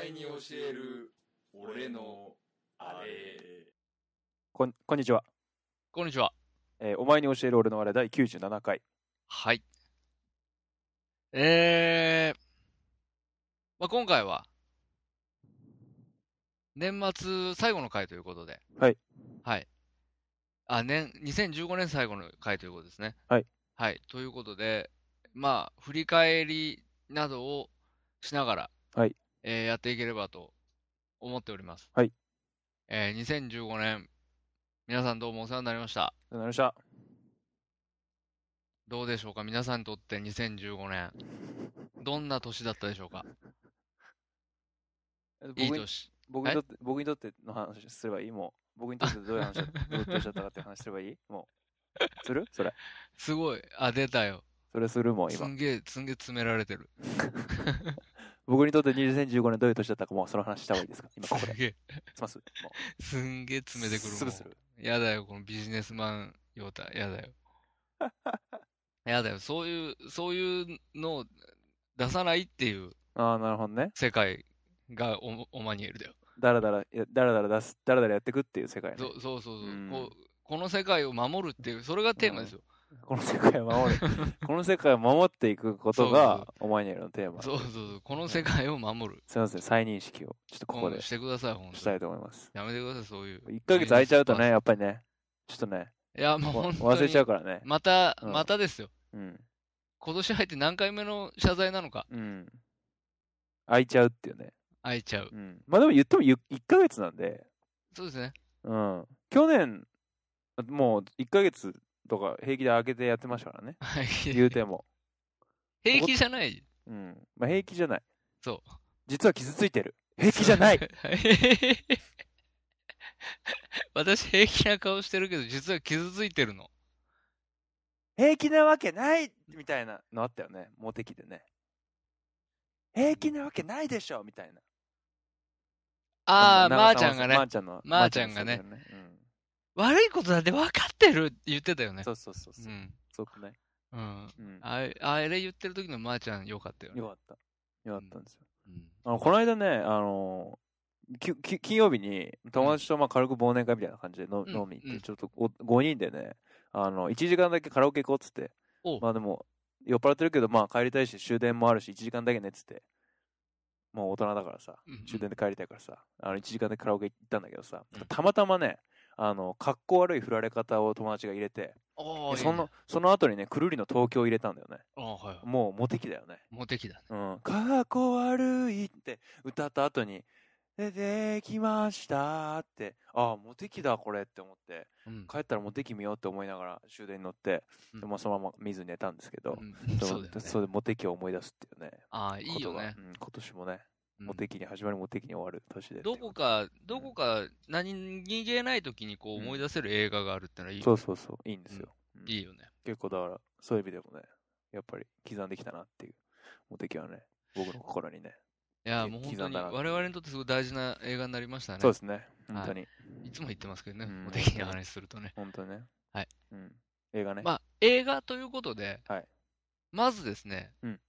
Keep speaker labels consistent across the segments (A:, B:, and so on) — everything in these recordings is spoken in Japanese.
A: える俺のあれ
B: こんこんにちは、
C: こんにちは。
B: えーお前に教える俺のあれ第97回。
C: はい。えー、まあ、今回は、年末最後の回ということで。
B: はい。
C: はい。あ、年、2015年最後の回ということですね。
B: はい。
C: はい。ということで、まあ、振り返りなどをしながら、
B: はい。
C: えーやっていければと思っております。
B: はい。
C: えー、2015年、皆さんどうもお世話になりました。
B: ありがとうございまし
C: どうでしょうか皆さんにとって2015年、どんな年だったでしょうか
B: た。僕
C: いい
B: に
C: 年。
B: 僕にとって僕にとっての話すればいいもう。僕にとってどういう話だどういう年だったかって話すればいいもう。するそれ。
C: すごい。あ、出たよ。
B: それするもん、
C: す
B: 今。
C: んげえ、すんげえ詰められてる。
B: 僕にとって2015年どういう年だったかもうその話した方がいいですか今ここ
C: す
B: で。
C: んげえ、
B: しますも
C: すんげえ
B: う
C: 詰めてくる
B: す
C: も
B: る
C: ん
B: する。
C: やだよ、このビジネスマンヨタ。やだよ。やだよ。そういう、そういうのを出さないっていう
B: ああ、なるほどね。
C: 世界がオオマニエルだよ。
B: だらだら、いやだらだら出す、だらだらやってくっていう世界ね。
C: そうそうそうそ
B: う
C: う
B: ん
C: こう。この世界を守るっていう、それがテーマですよ。
B: この世界を 守る。この世界を守っていくことが、お前にやるのテーマ。す
C: そうそうそう。この世界を守る。
B: みません、再認識を、ちょっとここ
C: うん
B: で
C: してください、本当に
B: したいと思います。
C: やめてください、そういう。
B: 1ヶ月空いちゃうとね、。やっぱりね、ちょっとね、
C: いや、もう
B: わ
C: 本当に
B: 忘れちゃうからね。
C: また、
B: うん
C: またですよ。
B: うん。
C: 今年入って何回目の謝罪なのか。
B: うん。空いちゃうっていうね。
C: 開いちゃう
B: う。ん。まあでも言っても1ヶ月なんで、
C: そうですね。
B: うん。去年、もう1ヶ月とか平気で空けてやってましたからね。
C: はい。
B: 言うても。
C: 平気じゃない。
B: うん。まあ平気じゃない。
C: そう。
B: 実は傷ついてる。平気じゃない
C: 私平気な顔してるけど、実は傷ついてるの。
B: 平気なわけないみたいなのあったよね。モテ期でね。平気なわけないでしょみたいな。
C: ああ、
B: の
C: まー
B: 長
C: ち
B: 澤
C: ゃんが
B: ま
C: ね
B: ー、ちゃんの。
C: まーちゃんが
B: ま
C: ね
B: ーちゃんのそうだよね
C: 悪いことだって分かってるって言ってたよ
B: うん
C: ね。
B: そうそうそうそうう。
C: ん。
B: そうね。
C: うん。
B: うん。
C: あれあれ言ってる時のまーちゃん良かったよね。
B: よかった。よかったんですよ。
C: うん
B: あのこの間ね、あのきき金曜日に友達とまあ軽く忘年会みたいな感じでの、
C: うん
B: 飲みに行っ
C: う
B: て、
C: ん
B: ちょっと5人でね、あの、1時間だけカラオケ行こうっつって
C: おう、
B: まあでも、酔っ払ってるけど、まあ帰りたいし終電もあるし、1時間だけねっつって、もう大人だからさ、
C: うんうん
B: 終電で帰りたいからさ、あの1時間でカラオケ行ったんだけどさ
C: うん、
B: たまたまね、あの、格好悪い振られ方を友達が入れて、
C: おー、
B: そ
C: いい
B: の
C: ね、
B: その後にね、くるりの東京を入れたんだよね。
C: あーはいはい。
B: もうモテ期だよね。
C: モテ期だね。
B: うん、かっこ悪いって歌った後に、出てきましたって、ああ、モテ期だこれって思って、
C: うん。
B: 帰ったらモテ期見ようって思いながら終電に乗って、
C: うん
B: でもそのまま見ずに寝たんですけど、
C: うん
B: でも
C: そうだよね。
B: それでモテ期を思い出すっていうね、
C: ああ、いい
B: こと
C: よ
B: が
C: ね。
B: うん今年もね、
C: うん
B: モテ期に始まりモテ期に終わる年で。
C: どこか、どこか何気ない時にこう
B: うん
C: 思い出せる映画があるってのはいい,、
B: そうそうそう、いいんですよ。うん
C: いいよね。
B: 結構だから、そういう意味でもね、やっぱり刻んできたなっていう、モテ期はね、僕の心にね。
C: いや、
B: き
C: もう本当
B: 刻ん
C: に
B: だな
C: 我々にとってすごい大事な映画になりましたね。
B: そうですね、
C: はい
B: 本当に。
C: いつも言ってますけどね、
B: うん
C: お的な話するとね。
B: 本当ね。
C: はい。
B: うん。映画ね。
C: まあ、映画ということで、
B: はい
C: まずですね、
B: うん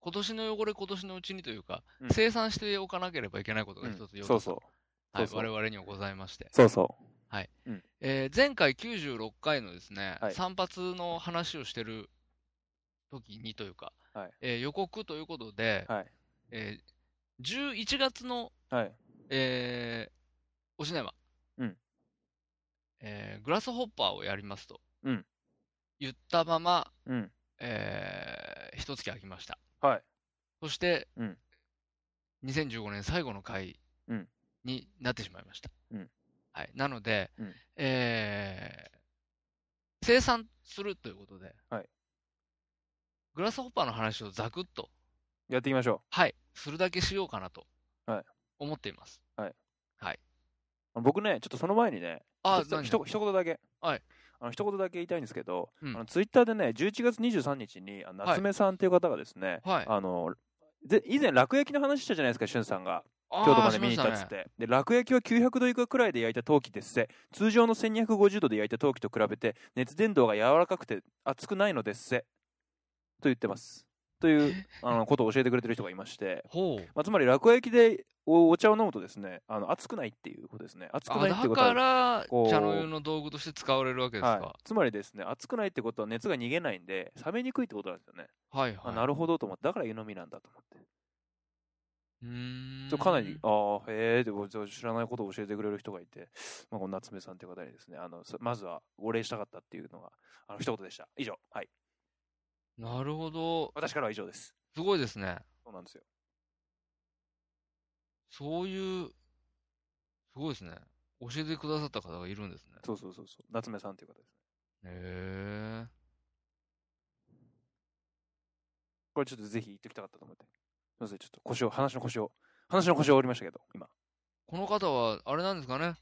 C: 今年の汚れ、今年のうちにというか、
B: うん
C: 生産しておかなければいけないこと
B: う
C: が
B: ん
C: 一つ要
B: そ
C: 素
B: うそう。
C: は
B: そ
C: いう
B: そう
C: 我々にはございまして、
B: そうそ
C: えー前回96回のですね、
B: はい
C: 散髪の話をしてる時にというか、
B: はい
C: えー予告ということで、
B: う。はい。
C: えー11月の、
B: はい。
C: えーおしなま、
B: うん
C: えーグラスホッパーをやりますと、
B: うん
C: 言ったまま、
B: うん。
C: えー、一月空きました。
B: はい。
C: そして、
B: うん
C: 2015年最後の回
B: うん
C: になってしまいました。
B: うん
C: はい、なので、
B: うん
C: えー生産するということで、
B: はい
C: グラスホッパーの話をざくっと、
B: やっていきましょ
C: はい、するだけしようかなと、
B: はい
C: 思っています。
B: う。僕ね、ちょっとその前にね、
C: あ
B: 一、つ
C: 何
B: ひと一言だけ。
C: はい。
B: あの一言だけ言いたいんですけど、
C: うん
B: あのツイッターでね、11月23日に、あの
C: はい
B: 夏目さんっていう方がですね、
C: はい
B: あの、で以前、落焼きの話したじゃないですか、しゅんさんが。
C: あー
B: 京都まで見に行ったっつ
C: しま
B: っ
C: した
B: て、
C: ね
B: で落焼きは900度以下くらいで焼いた陶器ですせ通常の1250度で焼いた陶器と比べて熱伝導が柔らかくて熱くないのですせと 言ってますというあのことを教えてくれてる人がいまして、
C: ほう。
B: まあ、つまり落焼きでおお茶を飲むとですね、あの熱くないっていうことですね。熱く
C: あ
B: ないって
C: だ
B: ことは
C: から
B: こう
C: 茶の湯の道具として使われるわけです
B: は
C: か。
B: い、つまりですね、熱くないってことは熱が逃げないんで、冷めにくいってことなんですよね。
C: はい
B: あ
C: はい。
B: なるほどと思って、だから湯飲みなんだと思って。
C: うーん
B: ちょかなり、ああ、へえ、でも知らないことを教えてくれる人がいて、まあ、この夏目さんという方にですね、あのさまずはお礼したかったっていうのが、あの一言でした。以上。はい。
C: なるほど。
B: 私からは以上です。
C: すごいですね。
B: そうなんですよ。
C: そういう、すごいですね。教えてくださった方がいるんですね。
B: そうそうそうそう。夏目さんという方です。
C: へえ。
B: これちょっとぜひ言っておきたかったと思って。すみません、ちょっと腰を、話の腰を、話の腰を折りましたけど、今。
C: この方は、あれなんですかね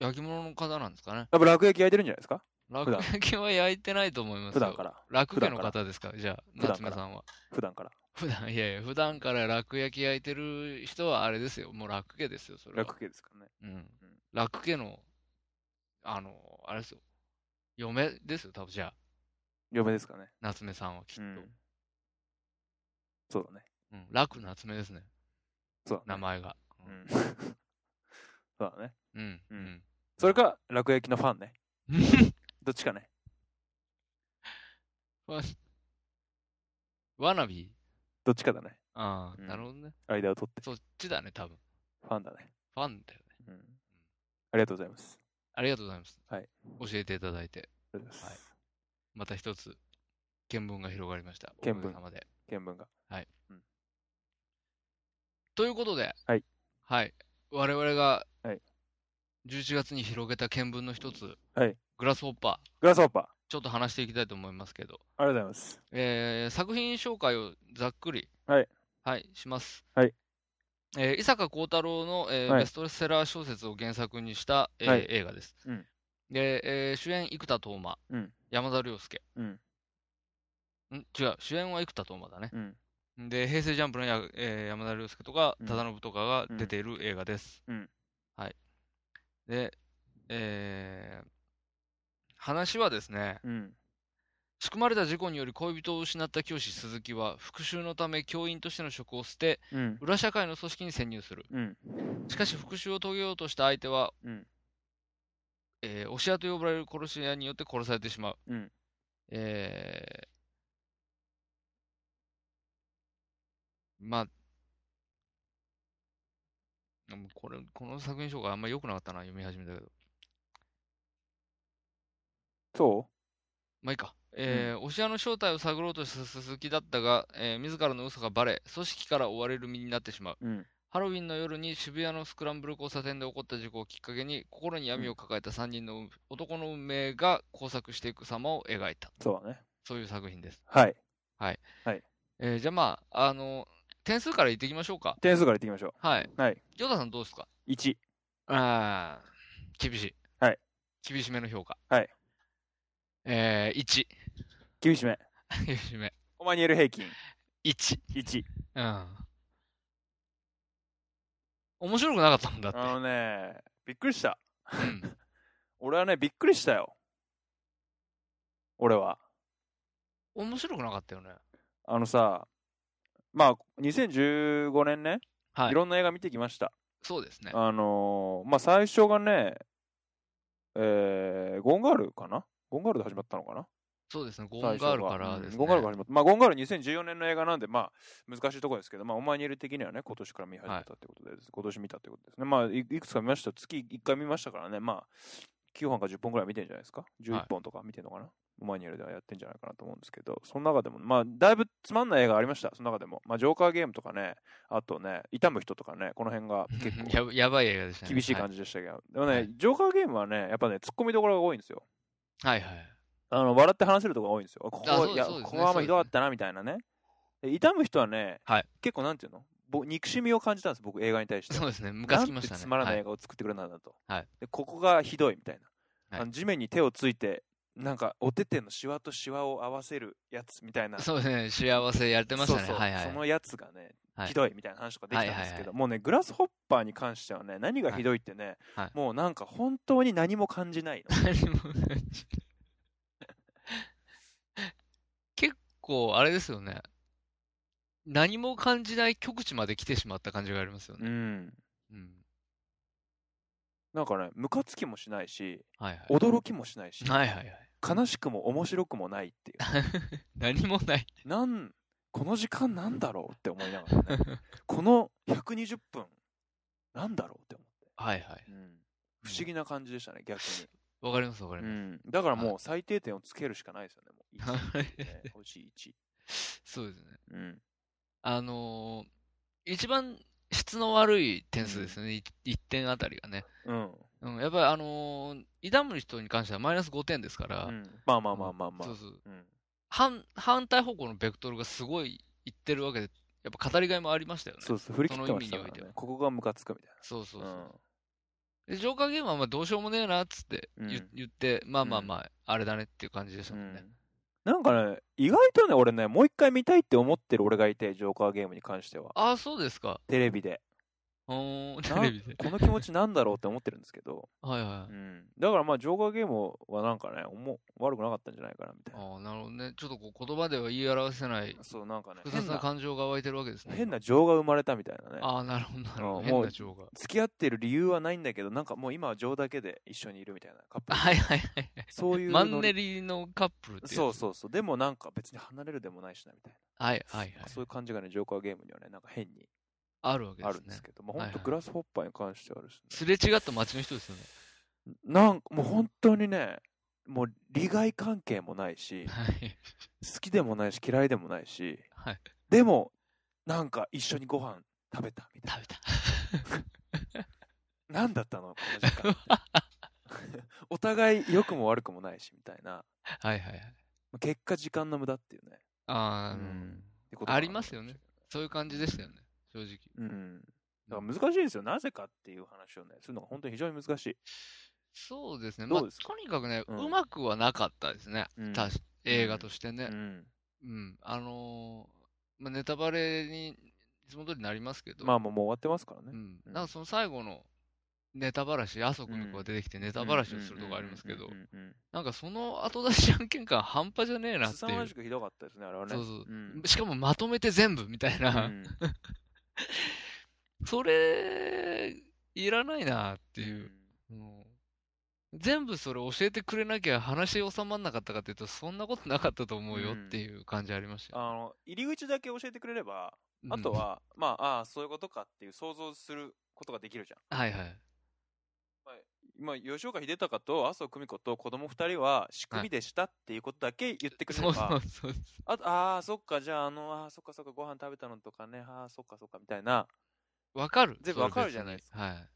C: 焼き物の方なんですかね
B: やっぱ落焼き焼いてるんじゃないですか
C: 落
B: 段
C: 書きは焼いてないと思います
B: 普
C: よ。
B: 段から。
C: 落家の
B: 普段か
C: 方ですかじゃあ、
B: 普段から
C: 夏目さんは。
B: 普段から。
C: 普段、いやいや、普段から落焼き焼いてる人はあれですよ。もう落家ですよ、それは。
B: 落系ですからね。
C: うん。落家の、あの、あれですよ。嫁ですよ、多分じゃあ、
B: 嫁ですかね。
C: 夏目さんはきっ
B: う
C: と。
B: ん。そうだね。
C: うん。楽夏目ですね、
B: そうだ
C: 名
B: ね。
C: 前が。
B: うん。 そうだね。
C: うん。
B: う
C: うんん。
B: それか、落焼きのファンね。
C: うん。
B: どっちかね。
C: わなび
B: どっちかだね。
C: ああ、
B: うん
C: なるほどね。
B: 間を取って。
C: そっちだね、多分。
B: ファンだね。
C: ファンだよね。
B: うん。ありがとうございます。
C: ありがとうございます。
B: はい
C: 教えていただいて、
B: ありがとうございます。
C: また一つ、見聞が広がりました。
B: 見聞
C: おかげさまで。
B: 見聞が。
C: ということで、
B: はい。
C: はい。我々が、
B: はい
C: 11月に広げた見聞の一つ、
B: はい
C: グラスホッパー、
B: グラスホッパー。
C: ちょっと話していきたいと思いますけど、
B: ありがとうございます。
C: えー作品紹介をざっくり、
B: はい。
C: はい、します。
B: はい。
C: えー伊坂幸太郎の、えー
B: はい
C: ベストセラー小説を原作にした、えー
B: はい
C: 映画です。
B: うん
C: で、えー主演、生田斗真、
B: うん
C: 山田涼介。
B: うん。
C: ん違う、主演は生田斗真だね。
B: うん。
C: で、平成ジャンプのや、えー山田涼介とか
B: うん、
C: 忠信とかが出ている映画です。
B: うん
C: はい。で、えー話はですね、
B: うん。
C: 仕組まれた事故により恋人を失った教師鈴木は、復讐のため教員としての職を捨て、
B: うん。
C: 裏社会の組織に潜入する。
B: うん。
C: しかし、復讐を遂げようとした相手は、
B: うん。
C: えー、押し屋と呼ばれる殺し屋によって殺されてしまう。
B: うん
C: えーまあ、もうこれ、この作品紹介あんま良くなかったな、読み始めたけど。
B: そ
C: まあいいか。えー押し屋の正体を探ろうとした鈴木だったが、えー自らの嘘がバレ、組織から追われる身になってしまう。
B: ううん。
C: ハロウィンの夜に渋谷のスクランブル交差点で起こった事故をきっかけに心に闇を抱えた3人の男の運命が交錯していく様を描いた。
B: そうだね。
C: そういう作品です。
B: はい。
C: えーじゃあまあ、あの、点数から言っていきましょうか。
B: 点数からいっていきましょ
C: はい。
B: はい。
C: ヨタさんどうですか
B: う。1。
C: ああ、厳しい。
B: はい。
C: 厳しめの評価。
B: はい。
C: えー、1。
B: 厳しめ。
C: 厳しめ。
B: オマニエル平均。
C: 1。
B: 1。
C: うん。面白くなかったもんだって。
B: あのね、びっくりした。
C: うん。
B: 俺はね、びっくりしたよ。俺は。
C: 面白くなかったよね。
B: あのさ、まあ、2015年ね、
C: はい
B: い、ろんな映画見てきました。
C: そうですね。
B: あのーまあ、最初がね、えー、ゴンガールかなゴンガールで始まったのかな
C: そうですね、ゴーンガールからですね。
B: うんゴンガールから始まった。まあ、ゴンガール2014年の映画なんで、まあ、難しいところですけど、まあ、オマニエル的にはね、今年から見始めたってことです。今年見たってことですね。まあ、いいくつか見ました。月1回見ましたからね、まあ、9本か10本ぐらい見てるんじゃないですか。11本とか見てるのかな、オマニエルではやってんじゃないかなと思うんですけど、その中でも、まあ、だいぶつまんない映画ありました。その中でも。まあ、ジョーカーゲームとかね、あとね、痛む人とかね、この辺が結 構。
C: やばやばい映画でしたね。
B: 厳しい
C: は
B: 感
C: い
B: じでしたけど、でもね、
C: はい
B: ジョーカーゲームはね、やっぱね、突っ込みどころが多いんですよ。
C: はいはい。
B: あの笑って話せるとこが多いんですよ。こ
C: あそう
B: こ
C: です
B: いや
C: そうです
B: こ
C: ね
B: こはあんまひどかったなみたいなね。で痛む人はね、
C: はい
B: 結構なんていうのぼ憎しみを感じたんです、僕、映画に対して。
C: そうですね、ムカつきました
B: なん
C: ね。
B: てつまらない
C: は
B: 映画を作ってくれたんだと、
C: はい
B: で。ここがひどいみたいな、
C: はい
B: あの。地面に手をついて、なんかお手手のシワとシワを合わせるやつみたいな。
C: そうですね、幸せやってましたね。
B: そうそう
C: はいはい
B: そ。 のやつがね、
C: はい
B: ひどいみたいな話とかできたんです
C: はいは
B: け
C: い
B: ど、
C: は
B: もうね、グラスホッパーに関してはね、何がひどいってね、
C: はいはい
B: もうなんか本当に何も感じ ないの。
C: 何も結構、あれですよね。何も感じない極地まで来てしまった感じがありますよ
B: う
C: ね。
B: ん。
C: うん。
B: なんかね、ムカつきもしないし、
C: はいはい。
B: 驚きもしないし、
C: はいはいはい。
B: 悲しくも面白くもないっていう。
C: 何もない。
B: なん、この時間なんだろうって思いながら ね。この120分、なんだろうって思って。
C: はいはい。
B: うん不思議な感じでしたね、逆に。
C: わかりますわかり
B: う
C: ます。
B: ん、だからも
C: は
B: う最低点をつけるしかないですよね。もう1
C: はい
B: ね星1。
C: そうですね。
B: うん。
C: あのー一番質の悪い点数ですよね。い一点あたりがね。
B: うん。
C: うん、やっぱりあのー、痛む人に関してはマイナス5点ですから、
B: うんまあまあまあまあまあ
C: そう。そう。
B: うん
C: 反、反対方向のベクトルがすごいいってるわけで、やっぱ語りがいもありましたよね。
B: そうそう、振り切ってました
C: その意味にお
B: か
C: いて
B: らね
C: は。
B: ここがムカつくみたい
C: そうそうそう
B: な。
C: で、ジョーカーゲームはまあどうしようもねえなっつって言,、
B: うん
C: 言って、まあまあまあ、あれだねっていう感じでした
B: う
C: も
B: ん
C: んね。
B: なんかね、意外とね、俺ね、もう一回見たいって思ってる俺がいて、ジョーカーゲームに関しては。
C: ああ、そうですか。
B: テレビで。
C: うーん、テ
B: な
C: レビで。
B: この気持ちなんだろうって思ってるんですけど。
C: はいは
B: う
C: い。
B: ん。だからまあ、ジョーカーゲームはなんかね、おも悪くなかったんじゃないかなみたいな。
C: ああ、なるほどね。ちょっとこう言葉では言い表せない
B: そう、なんかね、
C: 複雑
B: 変
C: な
B: な、
C: 感情が湧いてるわけですね。
B: 変な情が生まれたみたいなね。
C: ああ、なるほど、なるほ
B: う
C: ど。
B: ん
C: 変
B: も
C: な
B: う
C: 情が。
B: 付き合ってる理由はないんだけど、なんかもう今は情だけで一緒にいるみたいなカップル。
C: はいはいはい。
B: そういう
C: マ
B: の
C: ンネリのカップルってやつ
B: そうそうそう。でもなんか別に離れるでもないしなみたい
C: はいはい
B: な。
C: はい。
B: そういう感じがね、ジョーカーゲームにはね、なんか変に
C: あるわけで
B: あ
C: す
B: るんで
C: ね
B: す。けど、まあ本
C: はいはい
B: 当グラスホッパーに関してはですね、
C: すれ違った街の人です よね。
B: なんかもう本当にね、もう利害関係もないし、
C: はい。
B: 好きでもないし嫌いでもないし、
C: はい。
B: でもなんか一緒にご飯食べたみたい
C: 食べた。
B: な。なんだったのこの時 間。お互い良くも悪くもないしみたいな。
C: はいはいはい。
B: 結果時間の無駄っていうね。
C: ああ、
B: うんってことかな
C: ありますよね。そういう感じでしたよね。正直。
B: うん。だから難しいですよ。なぜかっていう話をね、するのが本当に非常に難しい。
C: そうですね。
B: ど
C: ま
B: う
C: あ、
B: ですか
C: とにかくね、
B: うん
C: うまくはなかったですね。
B: うん
C: たし映画として
B: う
C: ね。
B: ん。
C: うん。あのーまあ、ネタバレに、いつも通りになりますけど。
B: まあもうもう終わってますから
C: う
B: ね。
C: ん。なんかその最後の、ネタばらし、麻生久美子が出てきてネタばらしをするとこありますけ
B: う
C: ど
B: んう、んうんうん
C: なんかその後出し案件感半端じゃねえ
B: うん。
C: なって
B: 凄
C: い
B: ま
C: う
B: じ。くひどかったですね、あれはね。
C: そうそうんしかもまとめて全部みたいな、
B: うん
C: それ、いらないなっていう、もう全部それ教えてくれなきゃ話収まんなかったかっていうと、そんなことなかったと思うよっていう感じありましたよ。
B: あの、入り口だけ教えてくれれば、あと
C: うん、
B: は、まあ、ああ、そういうことかっていう想像することができるじゃん。
C: はいはい。
B: まあ、吉岡秀隆と麻生久美子と子供二人は仕組みでしたっていうことだけ言ってくれれ
C: そ
B: ば、
C: うそうそう。
B: あと、ああ、そっか、じゃあ、あの、ああ、そっかそっか、ご飯食べたのとかね、ああ、そっかそっか、みたいな、
C: わかる。
B: 全部
C: それ
B: わかるじゃないです
C: 別にはい。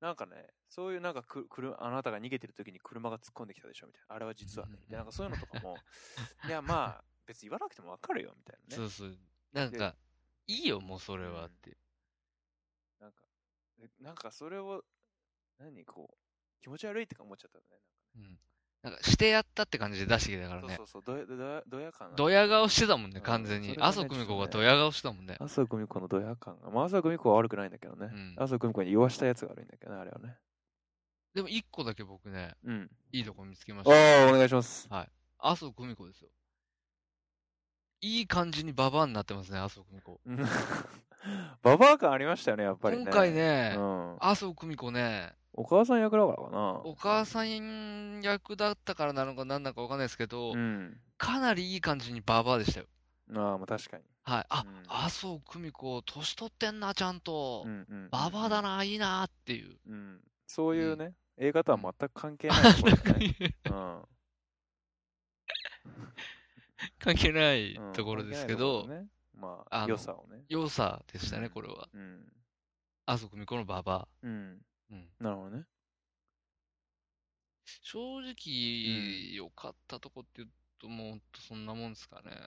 B: なんかね、そういうなんかく、くる、あなたが逃げてる時に車が突っ込んできたでしょ、みたいな。あれは実はね、みたいな、なんかそういうのとかも、いや、まあ、別に言わなくてもわかるよ、みたいなね。
C: そうそう。なんか、いいよ、もうそれはっていう。
B: なんか、えなんかそれを、何こう、気持ち悪いってか思っちゃったね。
C: うん。なんか、してやったって感じで出してきたからね
B: そう。そうそう、どや、どや、どや感が
C: ドヤ顔してたもんね、
B: うん
C: 完全
B: そ
C: に
B: れ。がね
C: 麻生久美子がドヤ顔してたもんね。
B: 麻生久美子のドヤ感が。まあ、麻生久美子は悪くないんだけどね。
C: うん
B: 麻生久美子に言わしたやつが悪いんだけどね、あれはね。
C: でも、一個だけ僕ね、
B: うん。
C: いいとこ見つけまし
B: お
C: た。
B: ー、お願いします。
C: 麻生久美子ですよ。いい感じにババアになってますね、麻生久美子。
B: うん ババア感ありましたよね、やっぱりね。
C: 今回ね、
B: うん。
C: 麻生久美子ね、
B: お母さん役だからかな。
C: お母さん役だったからなのか何なのかわかんないですけど、
B: うん。
C: かなりいい感じにババアでしたよ。
B: ああ、まあ確かに。
C: はい。あ、
B: うん
C: 麻生久美子、年取ってんな、ちゃんと
B: う。んうん。
C: ババアだ。な、いいなっていう。
B: うん。そういうね、映画とは全く関係ないと ころだね。
C: 関
B: うん。
C: 係ない
B: うん
C: ところですけ
B: 関
C: ど
B: 係、ないところだねま
C: あ
B: あ、
C: の
B: 良さをね。
C: 良さでした
B: う
C: ね、
B: ん
C: これは。
B: うん。
C: 麻生久美子のババ
B: うん。
C: ア。うん
B: なるほどね。
C: 正直、良かったとこって言うと、もうほんとそんなもんですかね。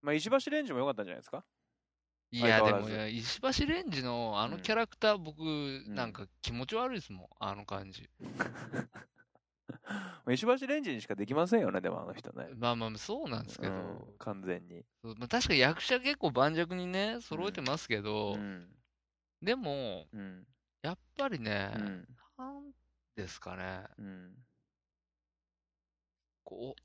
B: まあ、石橋レンジも良かったんじゃないですか
C: い
B: 相
C: や、
B: 変
C: で
B: わら
C: も
B: ず
C: ね、石橋レンジのあの
B: うん
C: キャラクター、僕、なん
B: うん
C: か気持ち悪いですもん、あの感じ。
B: まあ石橋レンジにしかできませんよね、でもあの人ね。
C: まあまあ、そうなんですけど、
B: うん完全に。
C: そうまあ、確か役者結構盤石にね、揃えてますけど、
B: うん。
C: でも、
B: うん。
C: やっぱりね
B: う、ん。
C: なんですかね、
B: うん。
C: こう、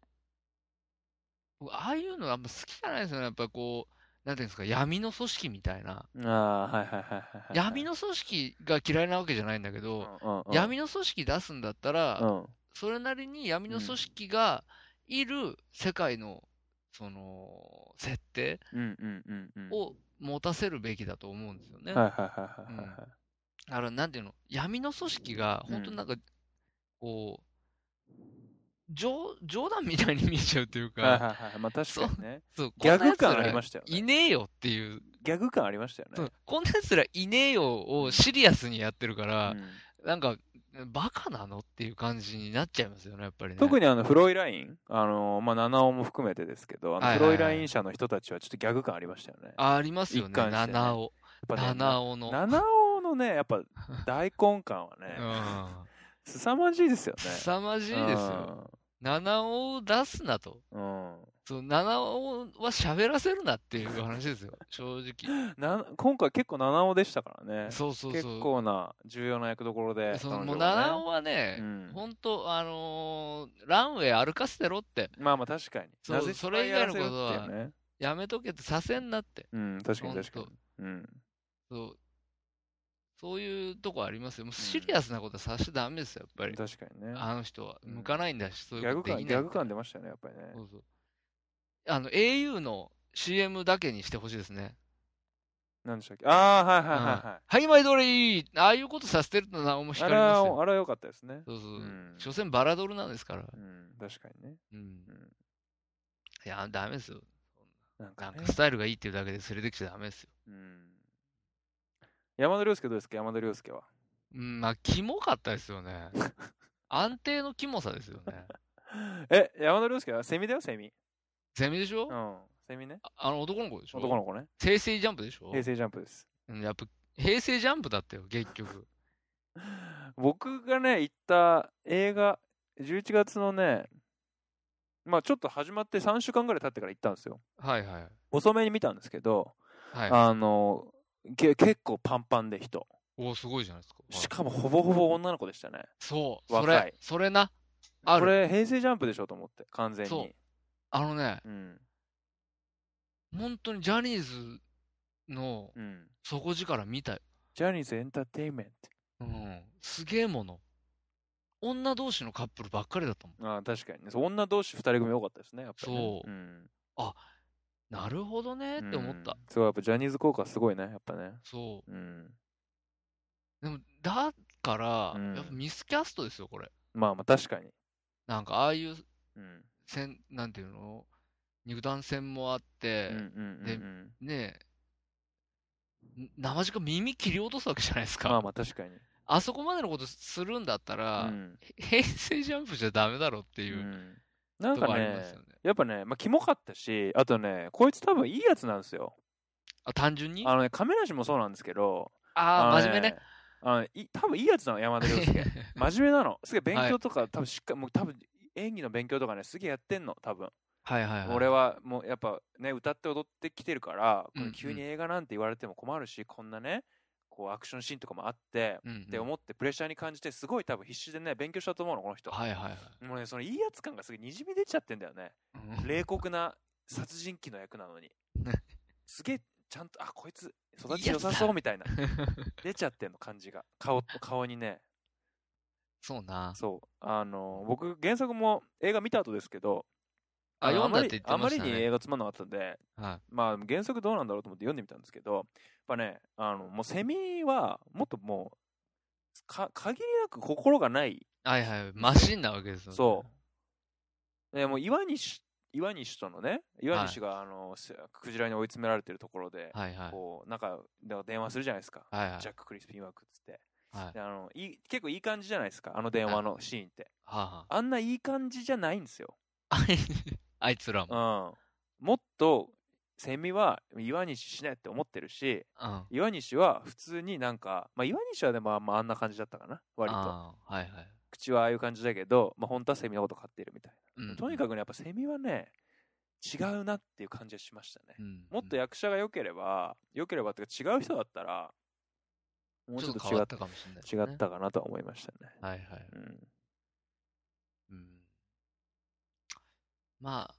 C: 僕ああいうのあんま好きじゃないですよね。やっぱこう、なんていうんですか、闇の組織みたいな。
B: ああー、はいはいはいはいはい。
C: 闇の組織が嫌いなわけじゃないんだけど、
B: の、
C: 闇の組織出すんだったら、
B: うん、
C: それなりに闇の組織がいる世界の、その、設定
B: うんうんうんうん。
C: を持たせるべきだと思うんですよね。
B: はいはいはいはいはいはい。
C: あの、なんていうの、闇の組織が、
B: うん
C: 本当になんか、こう、冗冗談みたいに見えちゃうという
B: はいはい
C: か、
B: はいはい。まあ確かにね。
C: そう、
B: ギャグ感あり
C: こんな
B: ま
C: 奴
B: したよ
C: ら
B: ね。
C: いねえよっていう、
B: ギャグ感ありましたよ
C: そ
B: ね
C: う。こんな奴らいねえよをシリアスにやってるから、
B: うん
C: なんか、バカなのっていう感じになっちゃいますよね、やっぱりね。
B: 特
C: に、
B: にあのフロイライン、あのまあ、七尾も含めてですけど、あの
C: はい
B: フ
C: はいは
B: ロイ
C: い
B: ライン社の人たちはちょっとギャグ感ありましたよね。やっ
C: ありますよ
B: 一
C: ね、
B: 貫してね
C: 七尾。
B: ぱね
C: 七尾の。
B: 七尾のね、やっぱ大根感は
C: う
B: ね、
C: ん。
B: 凄まじいですよね。
C: 凄まじいですよ。七尾を出すなと。
B: うん。うん
C: そう、七尾は喋らせるなっていう話ですよ、正直。
B: な今回結構七尾でしたからね。
C: そうそうそう。
B: 結構な重要な役どころで。
C: その
B: 彼
C: も
B: 女
C: う
B: がね
C: 七尾はね
B: う、ん
C: ほんと、あのーランウェイ歩かせてろって、
B: まあまあ確かに。
C: そう
B: なぜ
C: それ以外のことは
B: 失敗やらせるっていうね
C: やめとけってさせんなって。
B: うん、確かに確かに
C: ほん。
B: うん。
C: そう。そういうとこありますよ。もうシリアスなことはさせちゃダメですよ、やっぱり。
B: 確かにね。
C: あの人は。
B: うん
C: 向かないんだし、そう
B: ギ
C: いう
B: ャ
C: こ
B: グ
C: と
B: 感、
C: でき
B: ギ
C: ない
B: ャグ感出ましたよね、やっぱりね
C: そ。うそう。あの、au の CM だけにしてほしいですね。
B: なんでしたっけああ、はい
C: うん
B: はいはいはい。
C: はい、毎度りああいうことさせてるとな、面
B: あ
C: 光
B: れ
C: りますよ。
B: は、あれは良かったですね。
C: そうそう。
B: うん
C: 所詮バラドルなんですから。
B: うん、確かにね。
C: うん
B: う。ん
C: いや、ダメですよ。
B: なん
C: なん
B: かね
C: かスタイルがいいっていうだけで連れてきちゃダメですよ。
B: うん山田涼介どうですか山田涼介は。
C: うん、まあ、キモかったです よね。安定のキモさですよね。
B: え、山田涼介はセミだよ、セミ。
C: ゼミでしょ
B: うん、セミね。
C: ああの男の子でしょ
B: 男の子ね。
C: 平成ジャンプでしょ
B: 平成ジャンプです。
C: うんやっぱ、平成ジャンプだったよ、結局。
B: 僕がね、行った映画、11月のね、まあちょっと始まって3週間ぐらい経ってから行ったんですよ。
C: はいはい。
B: 遅めに見たんですけど、
C: はい。
B: あの、け結構パンパンで人。
C: おお、すごいじゃないですか。
B: しかもほぼほぼ女の子でしたね。
C: そう、そ
B: 若い
C: れ、それな。あ
B: こ
C: る。
B: れ、平成ジャンプでしょと思って、完全
C: そ
B: に。
C: あのね、
B: うん。
C: 本当にジャニーズの
B: うん。
C: 底力見たよ。
B: ジャニーズエンターテインメン
C: うん。すげえもの。女同士のカップルばっかりだったもん。
B: ト。ああ、確かにね。そう女同士2人組多かったですね、やっぱりね、
C: そう
B: うん。
C: なるほどねって思った
B: うん。。そう、やっぱジャニーズ効果すごいね、やっぱね。
C: そう。
B: うん。
C: でも、だから、
B: うん
C: やっぱミスキャストですよ、これ。
B: まあまあ、確かに。
C: なんか、ああいう、
B: うん。
C: せん、なんていうの肉弾戦もあって
B: うん、うんうんうん。
C: ねえ、ん生地が耳切り落とすわけじゃないですか。
B: まあまあ、確かに。
C: あそこまでのことするんだった
B: う
C: ら、
B: ん。
C: 平成ジャンプじゃダメだろっていうう、
B: んなん
C: と
B: か
C: こあります
B: ね
C: よ、ね。
B: やっぱね、まあ、キモかったし、あとね、こいつ多分いいやつなんですよ。
C: あ、単純にあ
B: あのね、亀梨もそうなんですけど、
C: あ
B: の
C: ー、真面目ね。。
B: あのい多分いいやつなの、山田涼 介。真面目なの。すげえ勉強とか、多分しっかり、もう多分演技の勉強とかね、すげえやってんの、多分。
C: はいはいはい。
B: 俺はもうやっぱね、歌って踊ってきてるから、こ
C: うんう
B: れ
C: ん
B: 急に映画なんて言われても困るし、こんなね、こうアクションシーンとかもあって、
C: うんうん、
B: って思ってプレッシャーに感じて、すごい多分必死でね、勉強したと思うの、この人。
C: はいはいはい。
B: もうね、そのいいやつ感がすげえにじみ出ちゃってんだよね。
C: うん
B: 冷酷な殺人鬼の役なの に
C: ね。
B: すげえ、ちゃんと、あ、こいつ、育ち良さそうみたいな。出ちゃってんの、感じが。顔、顔にね。
C: そうな。
B: そう。あの、僕、原作も映画見た後ですけど、
C: あ、読んだ
B: ま
C: っ
B: り
C: て言って
B: あ
C: ま
B: ま
C: し
B: り
C: た
B: に
C: ね。
B: 映画つまんなかったんで、
C: は
B: まあ、原作どうなんだろうと思って読んでみたんですけど、やっぱね、あの、もうセミは、もっともう、か、限りなく心がない。
C: いはいはい。マシンなわけですよね。
B: そでもう岩西、岩西とのね、岩西が、あの、せクジラに追い詰められてるところで、
C: はいはい。
B: こう、なんか、だから電話するじゃないですか。
C: はいはい。
B: ジャック・クリスピンワークっつって。
C: はい。は
B: であのいい結構いい感じじゃないですか、あの電話のシーンって。
C: あはあ
B: あんないい感じじゃないんですよ。
C: あいつら
B: う
C: も。
B: ん。もっと、セミは岩西しないって思ってるし、
C: うん。あ
B: 岩西は普通になんか、まあ岩西はでもあんまあんな感じだったかな、割と。
C: あー、はいはい。
B: 口はああいう感じだけど、まあ本当はセミのこと飼ってるみたいな。
C: うん
B: とにかくね、やっぱセミはね、違うなっていう感じがしましたね。
C: うん
B: もっと役者が良ければ、良ければっていうか違う人だったら、もう
C: ち
B: ち
C: ょ
B: ょっ
C: っと
B: と違
C: 変わ
B: っ
C: ったかもしれないですね。
B: 違ったかなとは思いましたね。
C: はいはい。
B: うん
C: うんまあ、